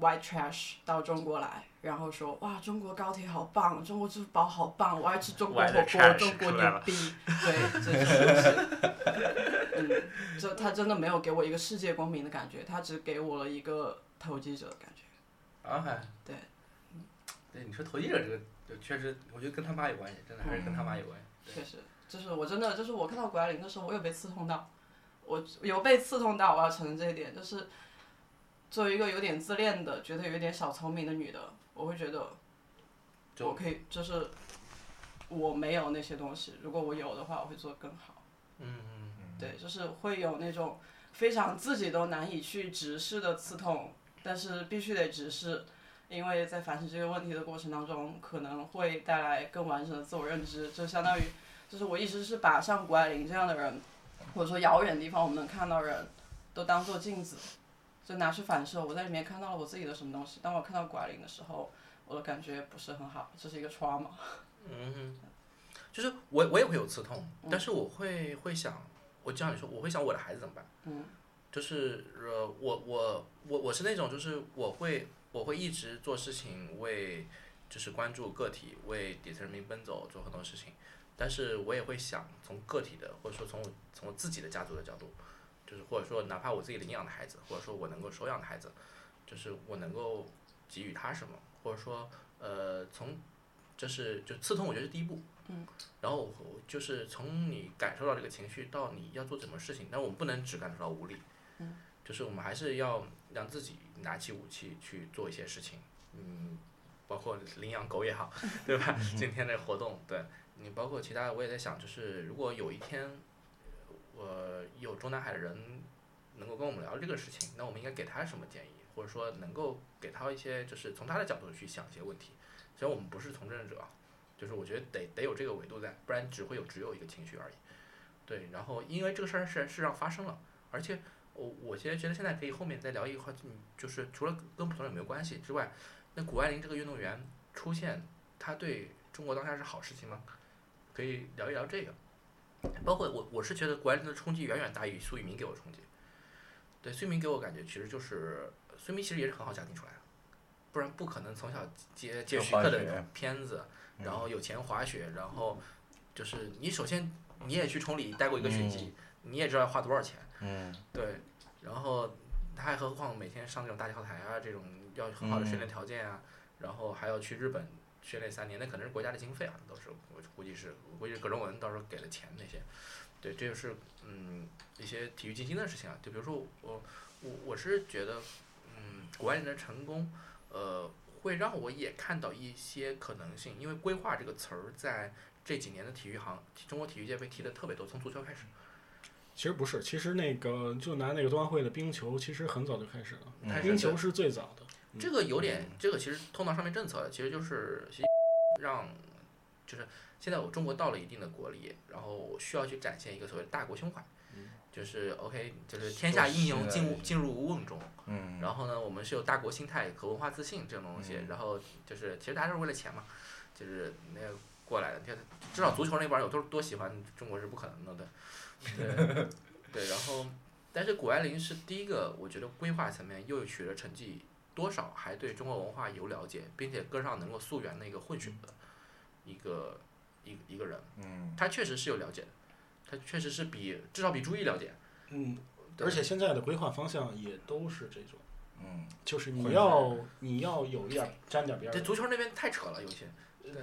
S4: white trash 到中国来，然后说哇，中国高铁好棒，中国支付宝好棒，我爱吃中国火
S3: White
S4: 锅，
S3: trash
S4: 中国
S3: 出来
S4: 牛
S3: 了
S4: 逼。对，这就是。嗯，这他真的没有给我一个世界公民的感觉，他只给我了一个投机者的感觉。
S3: 啊嗨，
S4: 对，
S3: 对，你说投机者这个，就确实，我觉得跟他妈有关系，真的还是跟他妈有关系。对
S4: 确实，就是我真的就是我看到谷爱凌的时候，我有被刺痛到，我有被刺痛到，我要承认这一点，就是作为一个有点自恋的，觉得有点小聪明的女的，我会觉得
S3: 就
S4: 我可以，就是我没有那些东西，如果我有的话，我会做得更好。
S3: 嗯，
S4: 对，就是会有那种非常自己都难以去直视的刺痛，但是必须得直视，因为在反省这个问题的过程当中，可能会带来更完整的自我认知，就相当于，就是我一直是把像谷爱凌这样的人，或者说遥远地方我们能看到的人，都当做镜子，就拿去反射。我在里面看到了我自己的什么东西，当我看到谷爱凌的时候，我的感觉不是很好，这是一个 trauma。
S3: 嗯，就是我我也会有刺痛，但是我会会想，我就像你说，我会想我的孩子怎么办？
S4: 嗯，
S3: 就是呃，我我我我是那种，就是我会我会一直做事情为，就是关注个体，为底层人民奔走，做很多事情，但是我也会想从个体的，或者说从我从我自己的家族的角度，就是或者说哪怕我自己领养的孩子，或者说我能够收养的孩子，就是我能够给予他什么，或者说呃从这是就刺痛，我觉得是第一步。
S4: 嗯。
S3: 然后我就是从你感受到这个情绪到你要做什么事情，但我们不能只感受到无力。
S4: 嗯。
S3: 就是我们还是要让自己拿起武器去做一些事情，嗯，包括领养狗也好，对吧？今天的活动，对你包括其他，我也在想，就是如果有一天，我有中南海的人能够跟我们聊这个事情，那我们应该给他什么建议，或者说能够给他一些，就是从他的角度去想一些问题。虽然我们不是从政者啊，就就是我觉得得得有这个维度在，不然只会有只有一个情绪而已。对，然后因为这个事儿是是让发生了，而且我我现在觉得现在可以后面再聊一块，嗯就是除了跟普通人有没有关系之外，那谷爱凌这个运动员出现，他对中国当下是好事情吗？可以聊一聊这个。包括我，我是觉得谷爱凌的冲击远远大于苏翊鸣给我冲击。对，苏翊鸣给我感觉其实就是苏翊鸣其实也是很好家庭出来的，不然不可能从小接接
S1: 就
S3: 徐
S1: 滑
S3: 克的
S1: 雪嗯
S3: 那种片子，然后有钱滑雪，然后就是你首先你也去崇礼待过一个学期，你也知道要花多少钱，
S1: 嗯，
S3: 对，然后他还何况每天上那种大跳台啊，这种要很好的训练条件啊，然后还要去日本训练三年，那可能是国家的经费啊，都是我估计是我估计是葛中文到时候给了钱那些，对，这就是嗯一些体育精英的事情啊，就比如说我我我是觉得嗯谷爱凌的成功，呃会让我也看到一些可能性，因为规划这个词儿在这几年的体育行中国体育界被提的特别多，从足球开始。
S2: 其实不是，其实那个就拿那个冬奥会的冰球，其实很早就开始了，
S1: 嗯
S2: 冰球是最早的。
S3: 这个有点
S1: 嗯，
S3: 这个其实通到上面政策的，其实就是习让，就是现在我中国到了一定的国力，然后我需要去展现一个所谓的大国胸怀
S2: 嗯，
S3: 就是 OK，就是天下英雄进入进入无瓮中，
S1: 嗯，
S3: 然后呢，我们是有大国心态和文化自信这种东西
S1: 嗯，
S3: 然后就是其实大家都是为了钱嘛，就是那个过来的，你看至少足球那边有多多喜欢中国是不可能的，对，对，对，然后但是谷爱凌是第一个，我觉得规划层面又取得成绩多少，还对中国文化有了解，并且跟上能够溯源的一个混血的一个一一个人，
S1: 嗯，
S3: 他确实是有了解的，他确实是比至少比朱毅了解，
S2: 嗯，
S3: 对
S2: 而且现在的规划方向也都是这种，
S1: 嗯，
S2: 就是你
S1: 混
S2: 要你要有一点儿沾点边儿
S3: 这
S2: 的。
S3: 足球那边太扯了，有些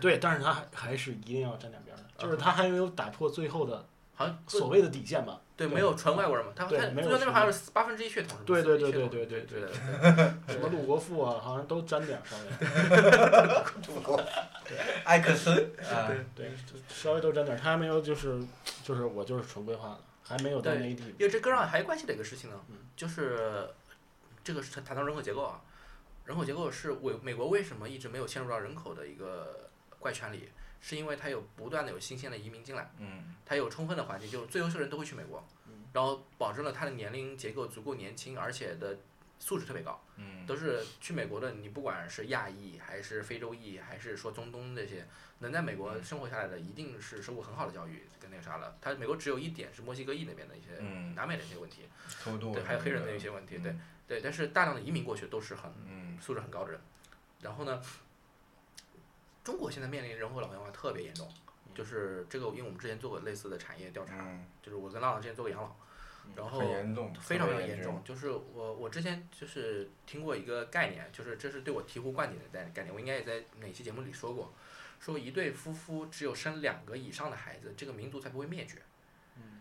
S2: 对，但是他还还是一定要沾点边儿的，就是他还没有打破最后的
S3: 好像不
S2: 所谓的底线吧。
S3: 对，
S2: 对
S3: 没有纯外国人嘛，他他
S2: 对
S3: 他
S2: 没有
S3: 那边
S2: 纯
S3: 好像是八分之一血统，是吧
S2: 对对
S3: 四
S2: 对
S3: 分之一
S2: 对对
S3: 血统
S2: 对
S3: 对
S2: 对，
S3: 对，对
S2: 什么陆国富啊，好像都沾点儿稍微，
S1: 艾克森，啊，
S2: 对，就稍微都沾点儿。他还没有就是就是我就是纯规划的，还没有到那一地步。
S3: 因为这跟上还有关系的一个事情呢
S2: 嗯，
S3: 就是这个是谈谈到人口结构啊，人口结构是为美国为什么一直没有陷入到人口的一个怪圈里，是因为它有不断的有新鲜的移民进来，
S1: 嗯，
S3: 它有充分的环境，就是最优秀的人都会去美国
S2: 嗯，
S3: 然后保证了他的年龄结构足够年轻，而且的素质特别高。
S1: 嗯，
S3: 都是去美国的，你不管是亚裔还是非洲裔，还是说中东这些，能在美
S1: 嗯
S3: 国生活下来的，一定是受过很好的教育跟那个啥了。他美国只有一点是墨西哥裔那边的一些
S1: 嗯，
S3: 南美的一些问题，
S1: 偷渡，
S3: 对，还有黑人的一些问题，对，对。但是大量的移民过去都是很
S1: 嗯，
S3: 素质很高的人。然后呢，中国现在面临人口老龄化特别严重，就是这个，因为我们之前做过类似的产业调查，
S1: 嗯，
S3: 就是我跟浪浪之前做过养老，然后
S1: 很严重，
S3: 哦非常非
S1: 特
S3: 常
S1: 别
S3: 严重。，就是我我之前就是听过一个概念，就是这是对我醍醐灌顶的概概念，我应该也在哪期节目里说过，说一对夫妇只有生两个以上的孩子，这个民族才不会灭绝。
S2: 嗯，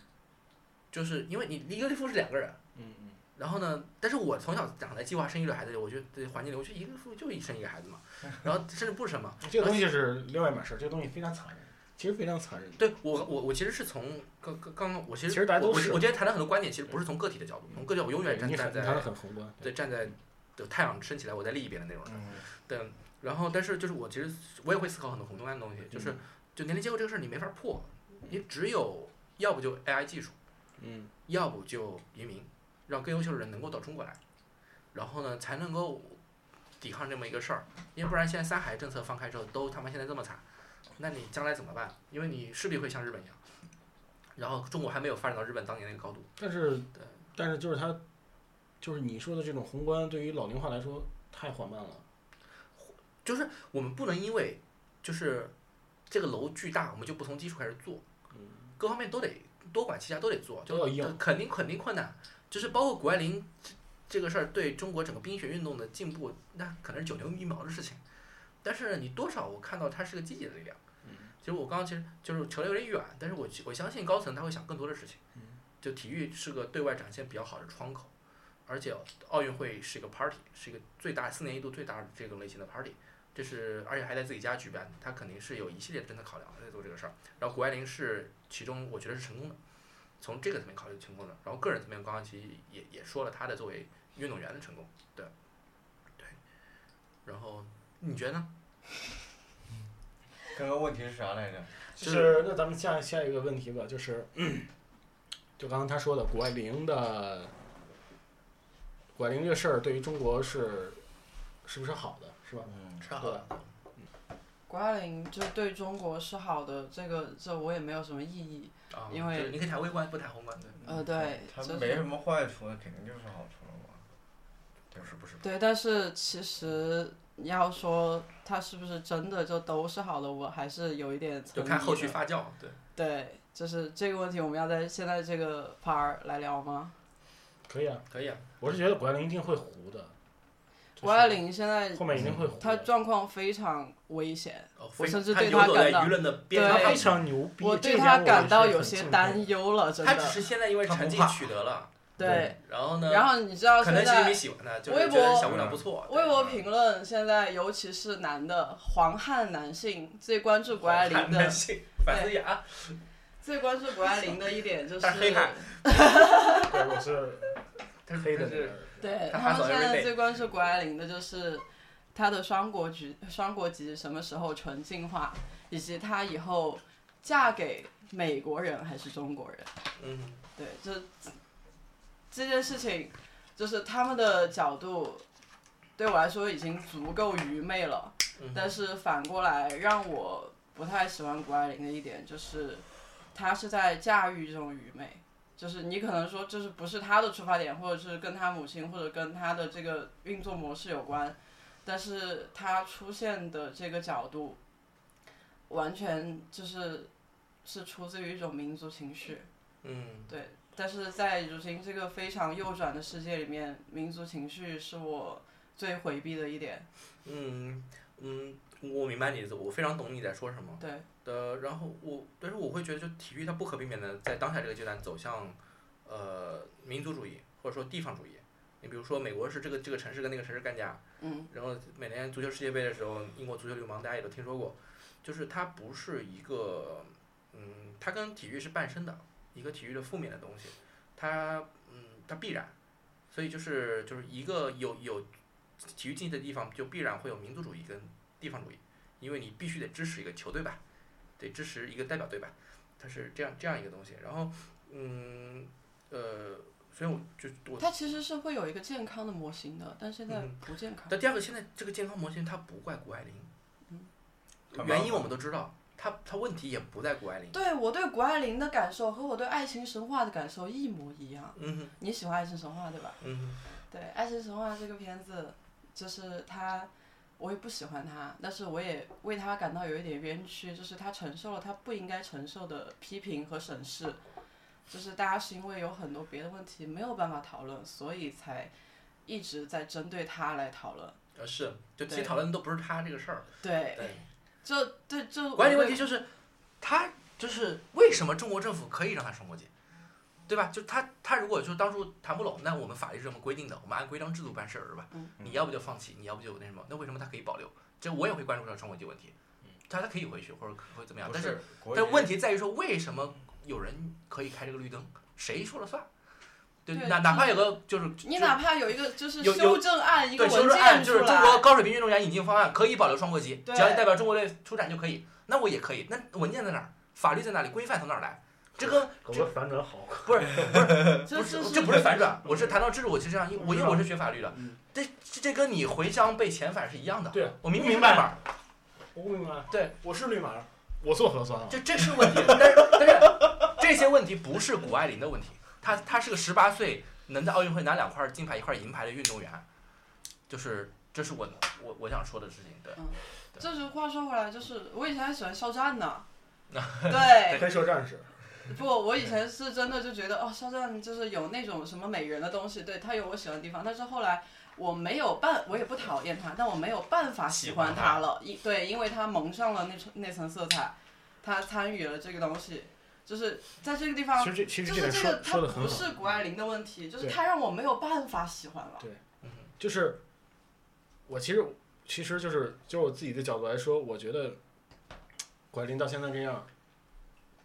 S3: 就是因为你一个夫妇是两个人，
S2: 嗯嗯，
S3: 然后呢，但是我从小长在计划生育的孩子里，我觉得对环境里，我觉得一个夫妇就一生一个孩子嘛，然后甚至不生嘛，
S2: 这个东西是另外一码事儿，这个东西非常残忍，其实非常残忍。
S3: 对我，我我其实是从刚刚刚刚，我其实
S2: 其实大家都
S3: 我我
S2: 是
S3: 我今天谈的很多观点，其实不是从个体的角度，从个体角度我永远
S2: 对
S3: 站
S2: 你很
S3: 站
S2: 你谈的
S3: 在
S2: 很宏观。
S3: 对站在就太阳升起来，我在另一边的那种人。
S1: 嗯，
S3: 对，然后但是就是我其实我也会思考很多宏观的东西，
S2: 嗯
S3: 就是就年龄结构这个事儿你没法破，你只有要不就 AI 技术，
S2: 嗯，
S3: 要不就移民，让更优秀的人能够到中国来，然后呢才能够抵抗这么一个事儿，要不然现在三孩政策放开之后都他妈现在这么惨，那你将来怎么办？因为你势必会像日本一样，然后中国还没有发展到日本当年那个高度，
S2: 但是
S3: 对，
S2: 但是就是它，就是你说的这种宏观，对于老龄化来说太缓慢了。
S3: 就是我们不能因为就是这个楼巨大，我们就不从基础开始做，
S2: 嗯，
S3: 各方面都得多管齐下，都得做，
S2: 都要
S3: 就
S2: 硬
S3: 肯定肯定困难，就是包括谷爱凌这这个事儿对中国整个冰雪运动的进步，那可能是九牛一毛的事情，但是你多少我看到它是个积极的力量。
S2: 嗯
S3: 其实我刚刚其实就是扯得有点远，但是我我相信高层他会想更多的事情
S2: 嗯，
S3: 就体育是个对外展现比较好的窗口，而且奥运会是一个 party，是一个最大四年一度最大的这种类型的 party，这是而且还在自己家举办，他肯定是有一系列的政策考量在做这个事儿。然后谷爱凌是其中我觉得是成功的，从这个层面考虑成功的。然后个人层面，刚刚其实也也说了他的作为运动员的成功，对，对。然后你觉得呢？
S1: 刚刚问题是啥来着？
S2: 就是那咱们下下一个问题吧，就是，就刚刚他说的谷爱凌的，谷爱凌这个事儿对于中国是是不是好的，是吧？
S1: 嗯，
S5: 是好的。
S4: 谷爱凌就对中国是好的，这个这我也没有什么异议。
S3: 啊，
S4: 因为
S3: 就是你可以谈微观，不谈宏观的。
S4: 呃，对，
S1: 嗯它
S4: 就
S1: 没
S4: 是
S1: 什么坏处，那肯定就是好处了嘛。
S3: 不是不是，
S4: 对，但是其实你要说它是不是真的就都是好的，我还是有一点
S3: 就
S4: 存
S3: 看
S4: 疑
S3: 后续
S4: 的
S3: 发酵。对，
S4: 对，就是这个问题，我们要在现在这个 part 来聊吗？
S2: 可以啊，
S3: 可以啊。
S2: 我是觉得谷爱凌一定会糊的，
S4: 谷爱凌现在
S2: 后面一定会糊的。
S4: 她状况非常危险，
S3: 哦
S4: 我
S3: 非
S4: 甚至
S3: 他
S4: 对
S3: 游
S4: 他
S3: 走
S4: 感
S3: 在
S4: 到
S3: 舆论的边
S4: 对
S2: 她
S3: 缘
S2: 非。常牛逼，
S4: 我
S2: 这
S4: 对
S2: 点
S4: 她
S2: 我
S4: 感
S2: 是
S4: 到
S2: 很
S4: 有
S2: 敬
S4: 些
S2: 佩
S4: 担忧了，真
S3: 他只
S4: 的。
S3: 是现在因为
S1: 他不
S3: 成绩
S1: 怕
S3: 取得了，
S4: 对，
S3: 然后呢，
S4: 然后你知道
S3: 可
S4: 现
S3: 能是因为
S4: 在
S3: 喜欢他，就是
S4: 微
S3: 觉得
S4: 博嗯
S3: 小姑娘不错。对
S4: 微博评论现在，尤其是男的黄汉男性最关注谷爱凌
S3: 男
S4: 的，
S3: 性反思雅，
S4: 最关注谷爱凌的一点就是
S3: 但是黑汉
S2: 对我 是
S3: 但是
S2: 黑的
S3: 但
S2: 那个
S3: 是
S2: 人。
S4: 对
S3: 他
S4: 他
S3: 哈
S4: 们
S3: 走
S4: 现
S3: every
S4: 在
S3: day
S4: 最关注谷爱凌的就是她的双国籍，双国籍什么时候纯净化，以及她以后嫁给美国人还是中国人。
S3: 嗯，
S4: 对，这这件事情，就是他们的角度对我来说已经足够愚昧了。
S3: 嗯
S4: 但是反过来让我不太喜欢谷爱凌的一点就是，她是在驾驭这种愚昧。就是你可能说，就是不是她的出发点，或者是跟她母亲，或者跟她的这个运作模式有关，但是她出现的这个角度，完全就是是出自于一种民族情绪。
S3: 嗯，
S4: 对，但是在如今这个非常右转的世界里面，民族情绪是我最回避的一点。
S3: 嗯嗯，我明白你的意思，我非常懂你在说什么。
S4: 对，
S3: 呃，然后我，但是我会觉得，就体育它不可避免的在当下这个阶段走向，呃，民族主义或者说地方主义。你比如说，美国是这个这个城市跟那个城市干架，
S4: 嗯，
S3: 然后每年足球世界杯的时候，英国足球流氓大家也都听说过，就是它不是一个，嗯，它跟体育是伴生的，一个体育的负面的东西，它，嗯，它必然，所以就是就是一个有有体育竞技的地方，就必然会有民族主义跟地方主义，因为你必须得支持一个球队吧，得支持一个代表队吧，它是这样这样一个东西，然后，嗯，呃，所以我就我
S4: 它其实是会有一个健康的模型的，但现在
S3: 嗯
S4: 不健康。
S3: 但第二个，现在这个健康模型它不怪谷爱凌，
S4: 嗯
S1: 干嘛
S3: 原因我们都知道，它它问题也不在谷爱凌。
S4: 对我对谷爱凌的感受和我对爱情神话的感受一模一样。
S3: 嗯哼
S4: 你喜欢爱情神话对吧？
S3: 嗯哼，
S4: 对，《爱情神话》这个片子，就是他，我也不喜欢他，但是我也为他感到有一点冤屈，就是他承受了他不应该承受的批评和审视，就是大家是因为有很多别的问题没有办法讨论，所以才一直在针对他来讨论。
S3: 呃是，就其实
S4: 对
S3: 讨论的都不是他这个事儿。
S4: 对，
S3: 对，
S4: 就对就
S3: 管理问
S4: 我
S3: 题
S4: 对
S3: 就是，他就是为什么中国政府可以让他双国籍，对吧？就他他如果就当初谈不拢，那我们法律是这么规定的，我们按规章制度办事儿，是吧？
S4: 嗯
S3: 你要不就放弃，你要不就那什么，那为什么他可以保留？这我也会关注到双国籍问题，他他可以回去或者会怎么样，
S1: 不
S3: 但嗯是
S1: 是，国
S3: 但
S1: 籍
S3: 问题在于说，为什么有人可以开这个绿灯？谁说了算？对，
S4: 对
S3: 哪
S4: 就
S3: 哪怕有个就是
S4: 你
S3: 就
S4: 哪怕有一个就是
S3: 有有
S4: 修正案一个
S3: 对
S4: 文
S3: 修正案，
S4: 件
S3: 就
S4: 出
S3: 是中国
S4: 来，
S3: 高水平运动员引进方案可以保留双国籍，只
S4: 对
S3: 要你代表中国队出战就可以。那我也可以，那文件在哪儿？法律在哪里？规范从哪儿来？这个
S2: 狗哥反转好快，
S4: 这
S3: 不
S4: 这
S3: 是，
S4: 是
S3: 这不是反转，我是谈到制度，我是这样，因我因为我是学法律的
S2: 嗯，
S3: 这这这跟你回乡被遣返是一样的。
S2: 对啊
S3: 我明
S2: 我明
S3: 白
S2: 白
S3: 码，
S2: 我不明白。
S3: 对，
S2: 我是绿码，我做核酸啊 了。
S3: 这这是问题，但是但是这些问题不是谷爱凌的问题，她她是个十八岁能在奥运会拿两块金牌一块银牌的运动员，就是这是我我我想说的事情，对，
S4: 就是话说回来，就是我以前还喜欢肖 战呢，对，
S2: 黑社战士，
S4: 不，我以前是真的就觉得哦，肖战就是有那种什么美人的东西，对他有我喜欢的地方，但是后来我没有办，我也不讨厌他，但我没有办法喜欢他了，因对，因为他蒙上了那层那层色彩，他参与了这个东西，就是在这个地方
S2: 其，实这其
S4: 就
S2: 实点
S4: 是这
S2: 说
S4: 个他
S2: 说的很
S4: 不
S2: 好，
S4: 是谷爱凌的问题，就是
S2: 对
S4: 他让我没有办法喜欢了，
S3: 嗯
S2: 就是我其实其实就是就是我自己的角度来说，我觉得管林到现在这样，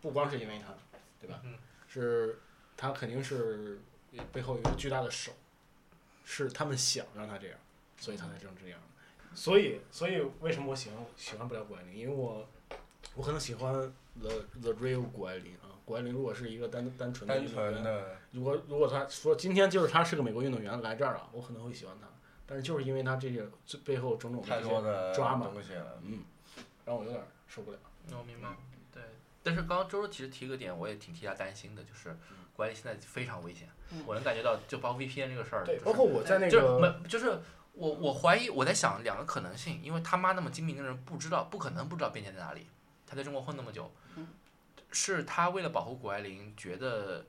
S2: 不光是因为他，对吧？
S3: 嗯
S2: 是他肯定是呃背后有一个巨大的手，是他们想让他这样，所以他才这么这样。所以，所以为什么我喜欢喜欢不了谷爱凌？因为我我可能喜欢 the the real 谷爱凌啊。谷爱凌如果是一个单单纯的
S1: 单
S2: 运动
S1: 纯
S2: 员，
S1: 的
S2: 如果如果他说今天就是他是个美国运动员来这儿啊了，我可能会喜欢他。但是就是因为他这个这背后种种的
S1: 太
S2: 这些
S1: 多，的
S2: 抓嘛
S1: 东西了，
S2: 嗯，让我有点儿受不了。
S3: 那我明白了，对。但是刚刚周周其实提个点，我也挺替他担心的，就是管理现在非常危险，
S4: 嗯
S3: 我能感觉到，就包括 VPN 这个事儿，
S2: 对，
S3: 就是
S2: 包括我在那
S3: 就是
S2: 个，
S3: 没就是我我怀疑我在想两个可能性，因为他妈那么精明的人不知道，不可能不知道边界在哪里。他在中国混那么久，
S4: 嗯
S3: 是他为了保护谷爱凌，觉得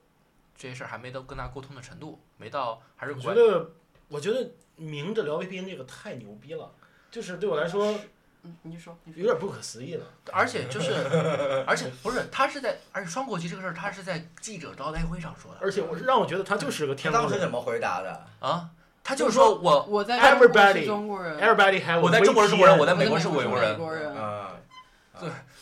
S3: 这些事儿还没到跟他沟通的程度，没到还是
S2: 我
S3: 谷
S2: 觉
S3: 爱
S2: 得我觉得明着聊 VPN 这个太牛逼了，就是对我来说
S4: 嗯，你说，你
S2: 有
S4: 说，
S2: 点不可思议了。
S3: 而且 就是而且不是他是在，而且双国旗这个事儿他是在记者招待会上说的
S2: 而且我让我觉得他就是个
S1: 他
S2: 天
S1: 当
S2: 龙
S1: 时
S2: 人
S1: 怎么回答的？
S3: 啊，他就是说我
S4: 我在中国
S2: Everybody，
S4: 是中国人，
S2: ，everybody have a
S3: 我在中国是中国人
S2: VPN
S3: 我在美
S4: 美
S3: 国是
S4: 是
S3: 美国人
S4: 美国人。
S1: 嗯，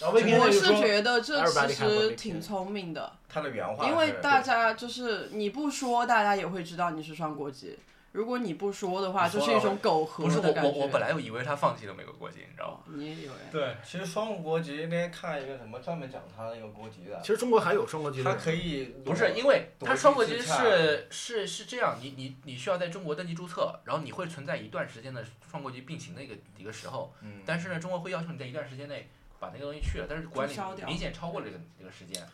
S2: 然后 VPN
S4: 我
S2: 就是说
S4: 觉得这
S2: Everybody
S4: 其
S2: have a
S4: 实
S2: VPN
S4: 挺聪明的，
S1: 他的原话是，
S4: 因为大家就是你不说，大家也会知道你是双国籍。如果你不说的话，
S1: 你说
S4: 就
S1: 了
S4: 是一种苟合
S3: 不是我
S4: 的感
S3: 我
S4: 觉。
S3: 我本来以为他放弃了美国国籍，你知道吗？
S4: 你也有哎，
S1: 对，其实双国籍那天看一个什么专门讲他那个国籍的
S2: 其，实中国还有双国籍的
S1: 他
S2: 人，
S1: 可以
S3: 不是，因为
S1: 躲
S3: 它
S1: 避
S3: 双国
S1: 制
S3: 籍
S1: 裁
S3: 是是是这样，你你你需要在中国登记注册，然后你会存在一段时间的双国籍并行的一个一个时候，
S1: 嗯，
S3: 但是呢，中国会要求你在一段时间内把那个东西去了，但是管理
S4: 注销掉
S3: 明显超过了这个这个时间，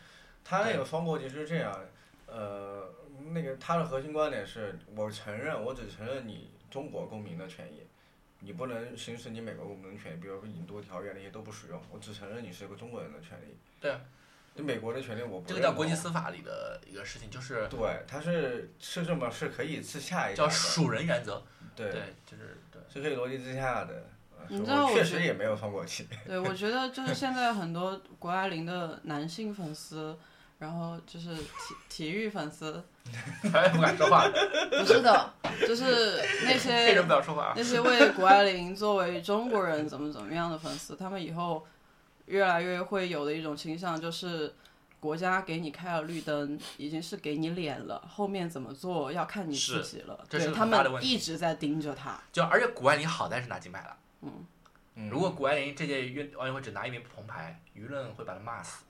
S1: 他那个双国籍是这样，呃，那个他的核心观点是我承认，我只承认你中国公民的权益，你不能行使你美国公民的权益，比如说引渡条约那些都不使用，我只承认你是一个中国人的权利。
S3: 对啊，
S1: 你美国的权利我不认
S3: 这个叫
S1: 同啊
S3: 国际。司法里的一个事情，就是
S1: 对，它是是这么是可以自洽一下
S3: 叫
S1: 的，
S3: 属人原则，
S1: 对，
S3: 对，就是对。
S1: 是可以逻辑自洽的。呃
S4: 你
S1: 所以
S4: 知道
S1: 我
S4: 我
S1: 确
S4: 觉
S1: 实
S4: 得
S1: 也没有双国籍，
S4: 对，我觉得就是现在很多谷爱凌的男性粉丝，然后就是体体育粉丝，
S3: 哎，不敢说 话，
S4: 不是的，就是那
S3: 黑
S4: 些
S3: 人不要说话啊。
S4: 那些为谷爱凌作为中国人怎么怎么样的粉丝，他们以后越来越会有的一种倾向就是，国家给你开了绿灯，已经是给你脸了，后面怎么做要看你自己了。
S3: 这是
S4: 对
S3: 个
S4: 他
S3: 很大的问
S4: 们
S3: 题
S4: 一直在盯着他，
S3: 就而且谷爱凌好在是拿金牌了，
S4: 嗯，
S1: 嗯
S3: 如果谷爱凌这届运奥运会只拿一枚铜牌，舆论会把她骂死。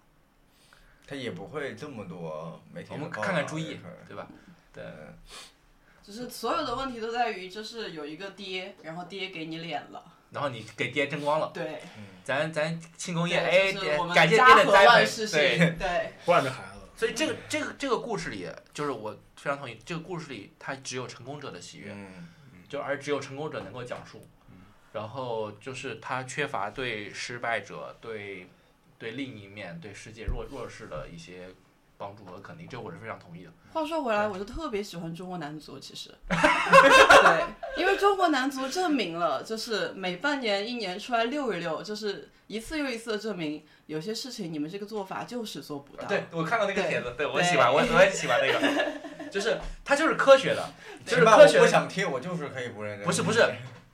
S1: 他也不会这么多媒体
S3: 我们
S1: 的报
S3: 看看
S1: 道
S3: 朱
S1: 这
S3: 毅
S1: 事儿，
S3: 对吧？对。
S1: 嗯
S4: 就是所有的问题都在于，就是有一个爹，然后爹给你脸了，
S3: 然后你给爹争光了，
S4: 对，
S3: 咱咱庆功宴，哎，
S4: 嗯对就是
S3: 爹
S4: 我们
S3: 感谢
S4: 家
S3: 爹
S4: 和
S3: 的栽
S4: 万
S3: 培，
S4: 事兴，
S3: 对。
S4: 对，
S2: 惯着孩子。
S3: 所以这个这个这个故事里，就是我非常同意，这个故事里它只有成功者的喜悦，
S1: 嗯，
S3: 就而只有成功者能够讲述，
S4: 嗯
S3: 然后就是他缺乏对失败者、对对另一面、对世界弱弱势的一些帮助和肯定，这我是非常同意的。
S4: 话说回来，我是特别喜欢中国男足，其实， 对，因为中国男足证明了，就是每半年、一年出来溜一溜，就是一次又一次的证明，有些事情你们这个做法就是做不到。
S3: 对，我看到那个
S4: 对
S3: 帖子，对我
S4: 对
S3: 喜欢，我我也喜欢那个， 就是它就是科学的，就
S1: 就是是
S3: 科
S1: 科
S3: 学
S1: 学。
S3: 的
S1: 我想踢，我就是可以不认真。嗯
S3: 不是不是，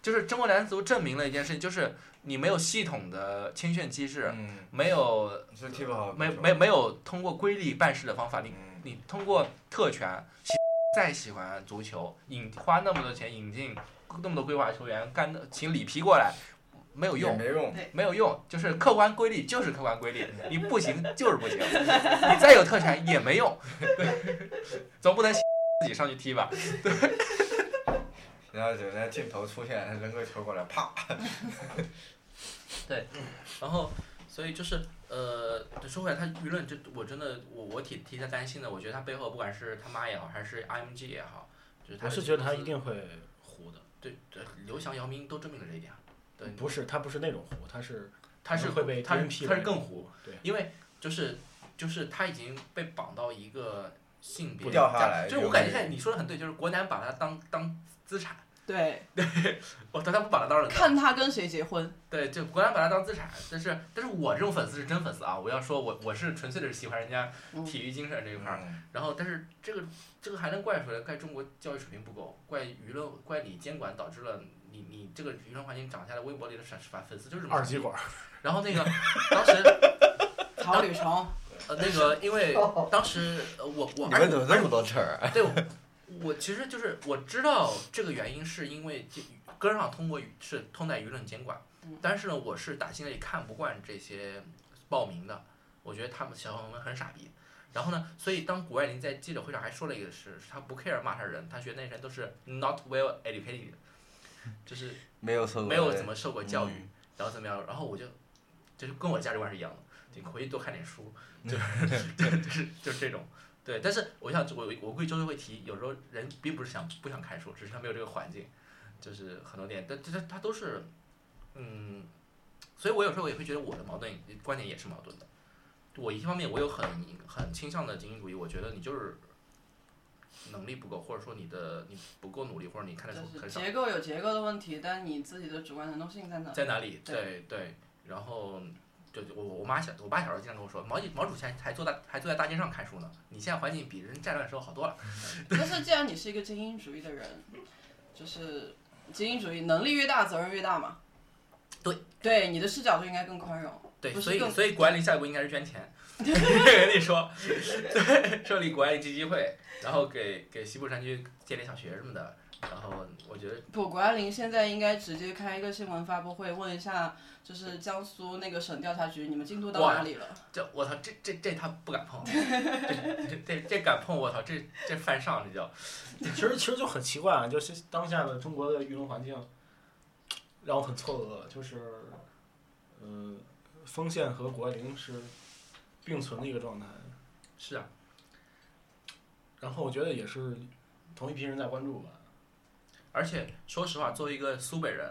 S3: 就是中国男足证明了一件事情，就是你没有系统的青训机制，
S1: 嗯，
S3: 没有
S1: 你是踢不好，
S3: 没没，没有通过规律办事的方法，你
S1: 嗯，
S3: 你通过特权，喜再喜欢足球，引花那么多钱引进那么多规划球员，干请里皮过来，没有
S1: 嗯也
S3: 用。
S1: 没用，
S3: 没有用，就是客观规律就是客观规律，你不行就是不行，你再有特权也没用，对，总不能 自己上去踢吧？
S1: 然后就在镜头出现，扔个球过来，啪，
S3: 然后，所以就是呃，说回来，他舆论这我真的我我挺替他担心的。我觉得他背后不管是他妈也好，还是 IMG 也好，就是他
S2: 我
S3: 的
S2: 是
S3: 这
S2: 觉
S3: 个
S2: 得他
S3: 公
S2: 一
S3: 司
S2: 定会糊的，
S3: 对对刘翔、姚明都证明了这一点。对，
S2: 不是他不是那种糊，他是
S3: 他是
S2: 会被
S3: 他是
S2: DNP
S3: 他
S2: 来
S3: 是更
S2: 弄
S3: 糊，，
S2: 对，
S3: 因为就是就是他已经被绑到一个性别
S1: 不掉下
S3: 价
S1: 来
S3: 就是
S1: 就
S3: 我感觉
S1: 是
S3: 现在你说的很对，就是国男把他当当资产，
S4: 对，
S3: 哦，但他不把他当人的。
S4: 看他跟谁结婚。
S3: 对，就国家把它当资产，但是但是我这种粉丝是真粉丝啊！我要说我我是纯粹的是喜欢人家
S4: 嗯
S3: 体育精神这一块儿，
S1: 嗯
S3: 然后但是这个这个还能怪谁呢？怪中国教育水平不够，怪舆论，怪你监管导致了你你这个舆论环境长下来，微博里的闪反粉丝就是这么
S2: 二极管 儿，
S3: 然后 那个当时
S4: 草履虫，
S3: 呃那个因为当时呃我我
S1: 哦你们 怎么这么多词儿啊？
S3: 对，我我其实就是我知道这个原因是因为这歌上通过舆是通在舆论监管
S4: 嗯，
S3: 但是呢，我是打心里看不惯这些报名的，我觉得他们小粉们很傻逼。然后呢，所以当谷爱凌在记者会上还说了一个事，是她不 care 骂他人，她觉得那些人都是 not well educated，就是
S1: 没有受过
S3: 没有怎么受过
S1: 过
S3: 教育，然后怎么样，然后我就就是跟我价值观是一样的，你回去多看点书，就是就是就是就是这种。对，但是我想我我估计周周会提，有时候人并不是想不想看书，只是他没有这个环境，就是很多点，但这这他都是，嗯，所以我有时候也会觉得我的矛盾观点也是矛盾的。我一方面我有很很倾向的精英主义，我觉得你就是能力不够，或者说你的你不够努力，或者你看的书
S4: 就
S3: 很
S4: 是
S3: 少。
S4: 结构有结构的问题，但你自己的主观能动性在哪？
S3: 在哪里？对
S4: 嗯对
S3: 对，然后就我我妈小我爸小时候经常跟我说，毛主毛主席还还坐在还坐在大街上看书呢，你现在环境比人战乱的时候好多了。
S4: 但是既然你是一个精英主义的人，就是精英主义，能力越大，责任越大嘛。
S3: 对，
S4: 对，你的视角就应该更宽容。
S3: 对，
S4: 不是
S3: 所以
S4: 更
S3: 所以管理下一步应该是捐 钱，跟你说，对，设立管理基金会，然后给给西部山区建立小学什么的，然后我觉得
S4: 不，谷爱凌现在应该直接开一个新闻发布会，问一下，就是江苏那个省调查局，你们进度到
S3: 哇
S4: 哪里了？
S3: 这我操，这这这他不敢碰，这这这这敢碰我操，这这犯上这叫，
S2: 其实其实就很奇怪啊，就是当下的中国的舆论环境让我很错愕，就是呃，锋线和谷爱凌是并存的一个状态，
S3: 是啊，
S2: 然后我觉得也是同一批人在关注吧。
S3: 而且说实话，作为一个苏北人，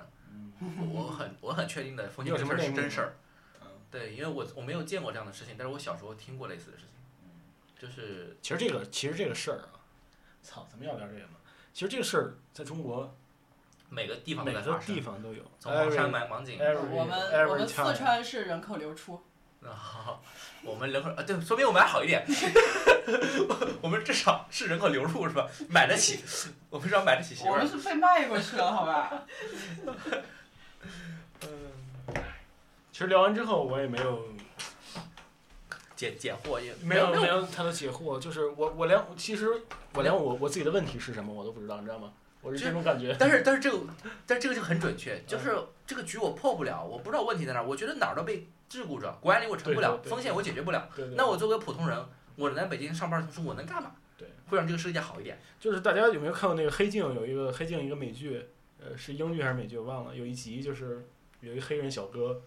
S3: 我很我很确定的封建
S2: 有什
S3: 这
S2: 么
S3: 事
S2: 内
S3: 儿是
S2: 幕
S3: 真
S2: 吗
S3: 事儿。
S2: 嗯，
S3: 对，因为我我没有见过这样的事情，但是我小时候听过类似的事情，
S2: 嗯
S3: 就是
S2: 其实这个其实这个事儿啊，操，咱们要聊这个吗？其实这个事儿在中国
S3: 每个地方都
S2: 每
S3: 在
S2: 个
S3: 发
S2: 地
S3: 生，
S2: 方都有，哎
S3: 从黄山
S2: every-
S3: 买盲井，
S2: every-
S4: 我们
S2: every
S4: 我们四
S2: time
S4: 川是人口流出，
S3: 然后我们人口啊，对，说明我们还好一点， 我我们至少是人口流入是吧？买得起，我们至少买得起媳妇
S4: 我们
S3: 儿。
S4: 是被卖过去了，好吧？
S2: 其实聊完之后，我也没有
S3: 解解惑也
S2: 没有没有太多解惑，就是我我连其实我连我我自己的问题是什么我都不知道，你知道吗？我是这种感 觉。
S3: 但是但是这个但是这个就很准确，就是这个局我破不了，我不知道问题在哪儿，我觉得哪儿都被桎梏着，管理我成不了
S2: 对，对对
S3: 风险我解决不了。
S2: 对对
S3: 那我作为普通人，我来北京上班的同时，我能干嘛？
S2: 对，
S3: 会让这个世界好一点。
S2: 就是大家有没有看过那个《黑镜》？有一个《黑镜》一个美剧，呃，是英剧还是美剧我忘了。有一集就是有一个黑人小哥，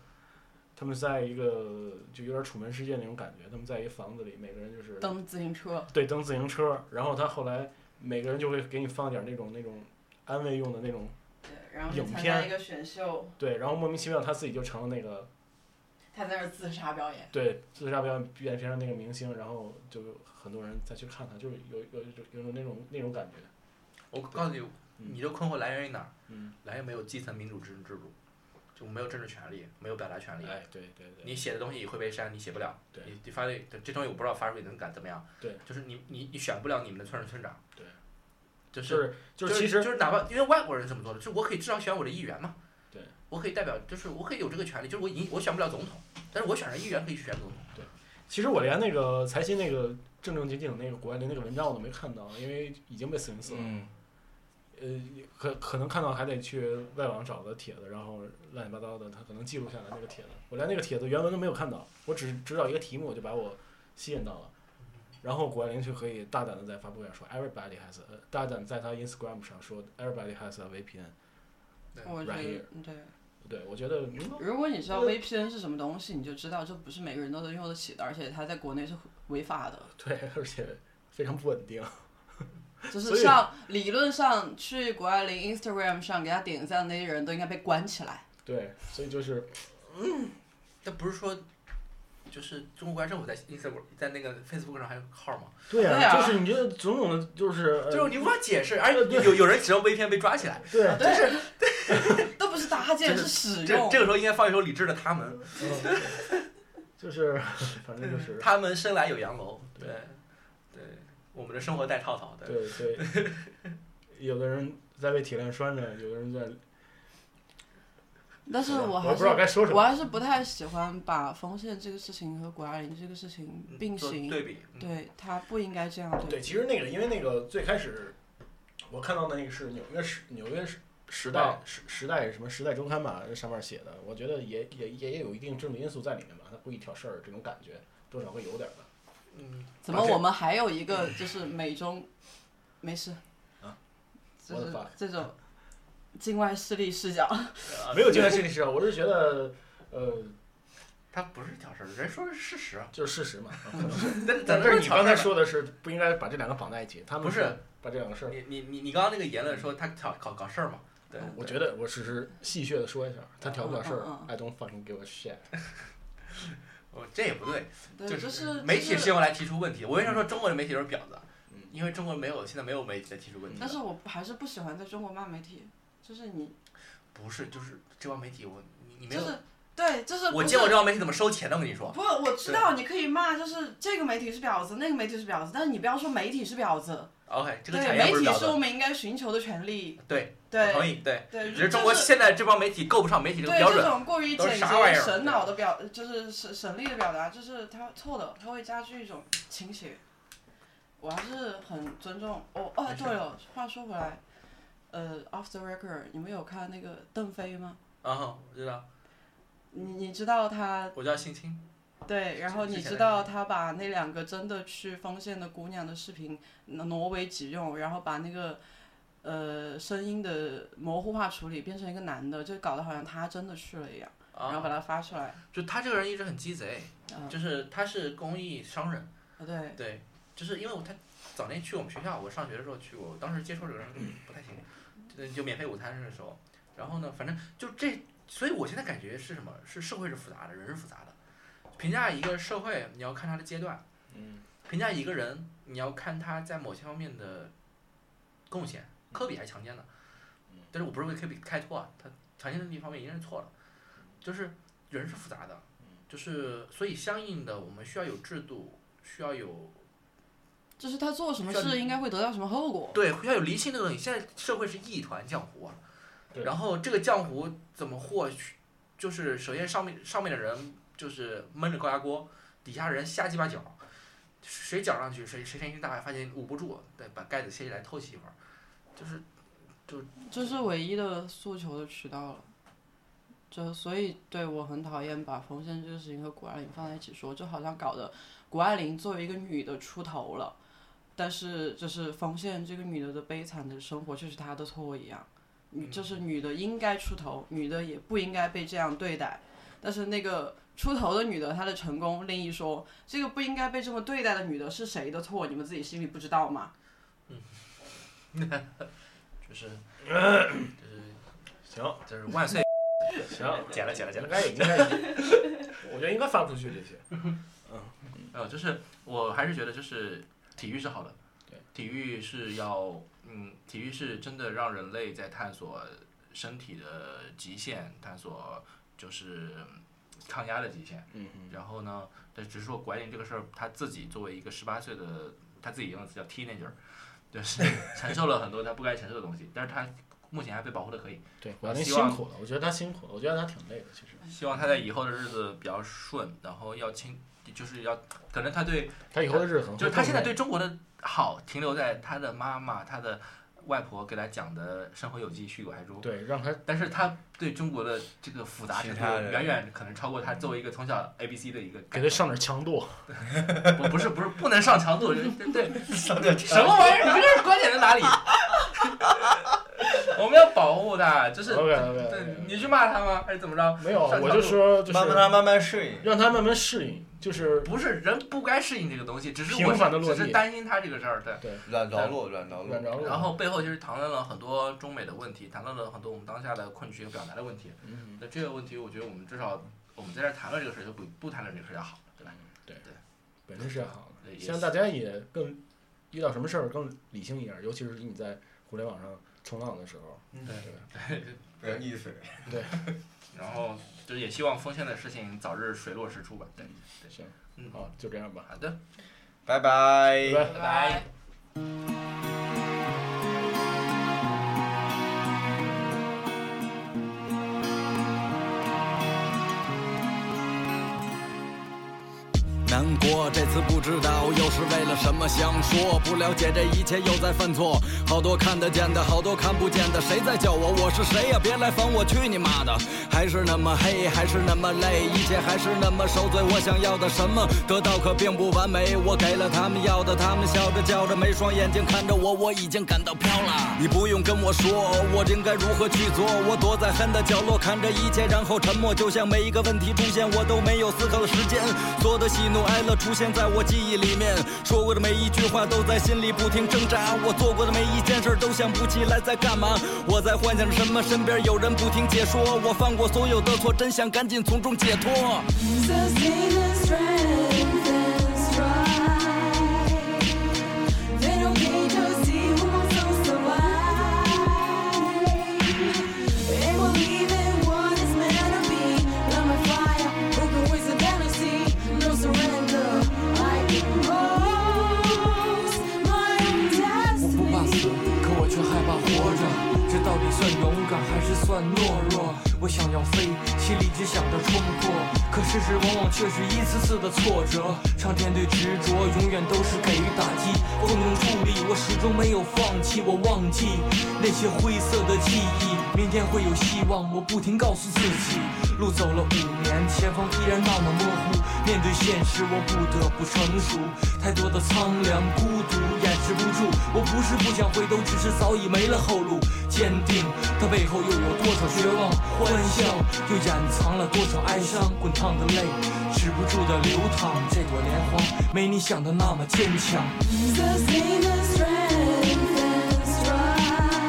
S2: 他们在一个就有点楚门世界那种感觉，他们在一个房子里，每个人就是
S4: 蹬自行车，
S2: 对蹬自行车，然后他后来每个人就会给你放点那种那种安慰用的那种
S4: 对，然后
S2: 影
S4: 就参
S2: 片
S4: 加一个选秀，
S2: 对，然后莫名其妙他自己就成了那个
S4: 他在那儿自杀表演。
S2: 对自杀表演表演片上那个明星，然后就很多人再去看他，就是有有有有种那种那种感觉。
S3: 我告诉你，你的困惑来源于哪儿？
S2: 嗯，
S3: 来源于没有基层民主制制度，就没有政治权利，没有表达权利。
S2: 哎，对对对，
S3: 你写的东西会被删，你写不了。
S2: 对
S3: 你你发的这东西我不知道发出去能感怎么样。
S2: 对，
S3: 就是你你你选不了你们的村儿村长。
S2: 对，
S3: 就
S2: 就是是就
S3: 就是
S2: 其
S3: 就
S2: 实
S3: 是哪怕因为外国人是这么做的，就是我可以至少选我的议员嘛。
S2: 对，
S3: 我可以代表，就是我可以有这个权利，就是我已经我选不了总统，但是我选上议员可以去选总统。
S2: 其实我连那个财新那个正正经经那个谷爱凌那个文章我都没看到，因为已经被四零四了。
S1: 嗯，
S2: 呃，可可能看到还得去外网找个帖子，然后乱七八糟的，他可能记录下来那个帖子。我连那个帖子原文都没有看到，我只知道一个题目就把我吸引到了。然后谷爱凌就可以大胆的在发布会上说，everybody has，a, 呃大胆在他 Instagram 上说，everybody has a VPN。
S4: 我觉
S2: Right
S4: 得
S2: here
S4: 对，
S2: 对，我觉得嗯
S4: 如果你知道
S2: 呃
S4: VPN 是什么东西，你就知道这不是每个人都能用得起的，而且它在国内是违法的。
S2: 对，而且非常不稳定。
S4: 就
S2: 所
S4: 是
S2: 以
S4: 上理论上去谷爱凌 Instagram 上给她点赞的那些人都应该被关起来。
S2: 对，所以就是
S3: 但不是说，就是中国国家政府在 Instagram 在那个 Facebook 上还有号吗？
S2: 对
S4: 对啊
S2: 就是你觉得种种的，就是、呃
S3: 就是你无法解释，而且
S2: 对
S3: 有有人使用 VPN 被抓起来，
S2: 对，啊
S4: 对，都不是搭建，
S3: 这
S4: 是使
S3: 这
S4: 用
S3: 这。个时候应该放一首李志的《他们
S2: 嗯 就是反正呃就是》，
S3: 他们生来有洋楼，
S2: 对
S3: 对，对，我们的生活带套套，对，嗯
S2: 对 对，有的人在被铁链拴着，有的人在，
S4: 但是我还
S2: 不
S4: 是
S2: 知道该说什
S4: 我
S2: 么。
S4: 还是不太喜欢把锋线这个事情和谷爱凌这个事情
S3: 嗯
S4: 并
S3: 做
S4: 行。
S3: 对比，嗯
S4: 对，他不应该这样
S2: 对，
S4: 对。
S2: 其实那个因为那个最开始我看到的那个是纽约时纽约时时代时时代什么时代周刊吧上面写的，我觉得也也也有一定政治因素在里面吧，他故意挑事儿这种感觉多少会有点儿吧。
S3: 嗯，
S4: 怎么
S3: 而且嗯
S4: 我们还有一个就是美中，没事，
S2: 啊
S4: 就
S2: what
S4: 是
S2: the fuck
S4: 这种境外势力 视角，
S2: 没
S3: 呃
S2: 有境外势力视角，我是觉得呃
S3: 他不是挑事儿，人说的是事实啊。
S2: 就是事实嘛。
S3: 但
S2: 但
S3: 咱
S2: 是
S3: 这
S2: 你刚才
S3: 说。
S2: 说的是不应该把这两个绑在一起，他们
S3: 不是
S2: 把这两个事儿。
S3: 你你你你刚刚那个言论说他搞搞搞事儿嘛？对，
S2: 我觉得我只是戏谑的说一下，他挑不了事儿哎
S4: 嗯嗯嗯
S2: ，I don't fucking give a shit。
S3: 我这也不对，
S4: 对，
S3: 就
S4: 就是
S3: 媒体
S4: 就是
S3: 是用来提出问题的。我为什么说中国的媒体都是婊子啊
S2: 嗯？
S3: 因为中国没有现在没有媒体在提出问题
S4: 但
S3: 了。
S4: 是我还是不喜欢在中国骂媒体，就是你，
S3: 不是，就是这帮媒体，我你你没
S4: 就
S3: 有，
S4: 是对，就是
S3: 我
S4: 不
S3: 见过
S4: 是
S3: 这帮媒体怎么收钱的。我跟你说，
S4: 不，我知道你可以骂，就是这个媒体是婊子，那个媒体是婊子，但是你不要说媒体是婊子，
S3: OK，这个
S4: 对，
S3: 产业
S4: 媒
S3: 不是
S4: 体
S3: 婊
S4: 是我
S3: 子。
S4: 们应该寻求的权利，
S3: 对，我
S4: 对
S3: 同意。对，
S4: 对，
S3: 只
S4: 就是
S3: 中国现在这帮媒体够不上媒体这个
S4: 对
S3: 标
S4: 这
S3: 准。
S4: 种过于
S3: 都是
S4: 简
S3: 啥玩
S4: 洁
S3: 意儿
S4: 神脑的表，就是神神力的表达，就是他错的，他会加剧一种情绪。我还是很尊重哦哦
S3: 没，事
S4: 对了，话说回来，呃，off the record，你们有看那个邓飞吗？
S3: 啊哈，我知道，
S4: 你你知道他
S3: 我叫青青。
S4: 对，然后你知道他把那两个真的去丰县的姑娘的视频挪挪为己用，然后把那个呃声音的模糊化处理变成一个男的，就搞得好像他真的去了一样，然后
S3: 啊，
S4: 把它发出来。
S3: 就他这个人一直很鸡贼，
S4: 嗯、
S3: 就是他是公益商人。
S4: 啊，对，
S3: 对，就是因为我他早年去我们学校，我上学的时候去过，我当时接触这个人不太行，就就免费午餐的时候，然后呢，反正就这，所以我现在感觉是什么？是社会是复杂的，人是复杂的。评价一个社会，你要看他的阶段；
S2: 嗯，
S3: 评价一个人，你要看他在某些方面的贡献。科比还强奸呢，但是我不是为科比开脱啊，他强奸的那方面一定是错了。就是人是复杂的，就是所以相应的，我们需要有制度，需要有
S4: 就是他做什么
S3: 像
S4: 事应该会得到什么后果。
S3: 对，要有理性这个东西。现在社会是一团浆糊啊，
S2: 对
S3: 然后这个浆糊怎么获取？就是首先上面上面的人就是闷着高压锅，底下人瞎鸡巴搅，谁搅上去谁谁先一大海，发现捂不住，对，把盖子掀起来透气一会儿，就是
S4: 这是唯一的诉求的渠道了。就所以对我很讨厌把冯先生这个事情和谷爱凌放在一起说，就好像搞得谷爱凌作为一个女的出头了，但是就是冯先这个女的的悲惨的生活却是她的错一样。女就是女的应该出头，女的也不应该被这样对待。但是那个出头的女的，她的成功，另一说，这个不应该被这么对待的女的是谁的错？你们自己心里不知道吗？
S3: 就是
S2: 嗯行
S3: 就是万岁，
S2: 行，
S3: 剪了剪了剪
S2: 应
S3: 了。
S2: 该也应该也，我觉得应该发不出去这些。
S3: 呃，就是我还是觉得就是体育是好的，
S2: 对，
S3: 体育是要，嗯，体育是真的让人类在探索身体的极限，探索就是抗压的极限。
S2: 嗯
S3: 然后呢，但只是说管理这个事儿，他自己作为一个十八岁的，他自己用的词叫 teenager，就是 承受了很多他不该承受的东西，但是他目前还被保护的可以，
S2: 对，
S3: 我
S2: 我那
S3: 希
S2: 辛
S3: 望
S2: 苦了，我觉得他辛苦了，我觉得他挺累的，其实。
S3: 希望他在以后的日子比较顺，然后要清，就是要，可能他对
S2: 他以后的日子可能
S3: 就是
S2: 会
S3: 他
S2: 更
S3: 现在
S2: 累
S3: 对中
S2: 嗯
S3: 国的好停留在他的妈妈、他的外婆给他讲的《生活有机》《虚构还珠》，
S2: 对让他
S3: 但是他对中国的这个复杂
S1: 其
S3: 程度
S1: 他的
S3: 远远可能超过他作为一个从小 A B C 的一个
S2: 给
S3: 感
S2: 他
S3: 觉。
S2: 上点强度。
S3: 不不是不是不能上强度，对 对
S1: 上这
S3: 什么玩意儿？你们这观点在哪里？ 我们要保护他，就是
S2: OK 呃 OK，,
S3: 对你去骂他吗？还是怎么着？
S2: 没有，
S3: 上
S2: 我
S3: 强
S2: 就
S3: 度
S2: 说就是
S1: 慢慢来慢慢适应。
S2: 让他慢慢适应，就是
S3: 不是人不该适应这个东西，只是我
S2: 平凡的落
S3: 只是
S2: 地
S3: 担心他这个事儿，对。
S1: 软着陆，软着陆，
S2: 软着陆。
S3: 然后背后其实谈论了很多中美的问题，谈论了很多我们当下的困局和表达的问题。
S2: 嗯，
S3: 那这个问题，我觉得我们至少我们在这儿谈论这个事儿，就比不谈论这个事儿要好，对吧？
S2: 本身是好
S3: 对
S2: 的，
S3: 也
S2: 嗯希望大家也更遇到什么事儿更理性一点，尤其是你在互联网上冲浪的时候。
S1: 不要溺水。
S3: 然后就是也希望丰县的事情早日水落石出吧。对，
S2: 行，
S3: 嗯，
S2: 好，就这样吧，
S3: 好的，
S1: 拜拜
S2: 拜。拜。
S3: 拜拜。
S5: なん国。这次不知道又是为了什么想说，不了解这一切又在犯错。好多看得见的，好多看不见的，谁在叫我？我是谁呀、别来烦我，去你妈的！还是那么黑，还是那么累，一切还是那么受罪。我想要的什么，得到可并不完美。我给了他们要的，他们笑着叫着，没双眼睛看着我，我已经感到飘了。你不用跟我说，我应该如何去做？我躲在恨的角落，看着一切，然后沉默，就像每一个问题出现，我都没有思考的时间。所有的喜怒哀乐出现在我记忆里面，说过的每一句话都在心里不停挣扎，我做过的每一件事都想不起来在干嘛。我在幻想着什么，身边有人不停解说，我犯过所有的错，真想赶紧从中解脱。
S6: So stay the strength and strive. They don't need to see who will survive. They believe in what is meant to be. Love and fire, broken with the vanity, no surrender. I impose my own
S7: 我不怕死
S6: destiny.，
S7: 可我却害怕活着。这到底算勇敢还是算懦弱？我想要飞，心里只想着冲破，可事实往往却是一次次的挫折。上天对执着永远都是给予打击，风中伫立，我始终没有放弃。我忘记那些灰色的记忆，明天会有希望。我不停告诉自己，路走了五年，前方依然那么模糊。面对现实，我不得不成熟，太多的苍凉孤独掩饰不住。我不是不想回头，只是早已没了后路。坚定，它背后又有多少绝望？欢笑又掩藏了多少哀伤？滚烫的泪止不住的流淌，这朵莲花没你想的那么坚强。
S6: So stay the strength and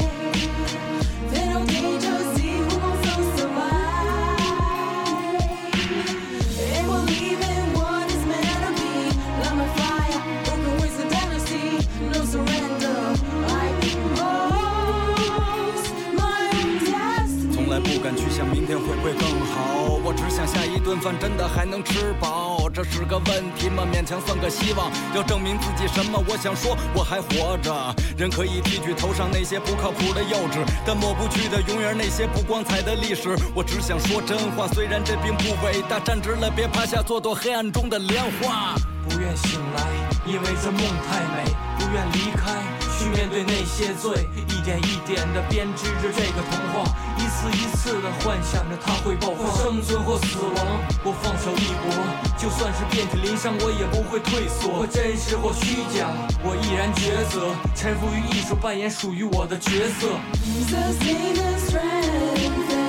S6: strive. They don't need to see who will survive. They believe in what is meant to be. Love and fire, broken with the dynasty, no surrender. I impose my own
S5: 从来
S6: destiny.
S5: 不敢去想明天会不会更好，我只想下一顿饭真的还能吃饱。这是个问题吗？勉强算个希望。要证明自己什么？我想说我还活着。人可以剃去头上那些不靠谱的幼稚，但抹不去的永远那些不光彩的历史。我只想说真话，虽然这并不伟大。站直了，别趴下，做朵黑暗中的莲花。
S7: 不愿醒来，因为这梦太美；不愿离开，去面对那些罪。一点一点地编织着这个童话，一次一次地幻想着它会爆发，生存或死亡。我放手一搏，就算是遍体鳞伤，我也不会退缩。或真实或虚假，我毅然抉择，臣服于艺术，扮演属于我的角色。
S6: So stay the strength.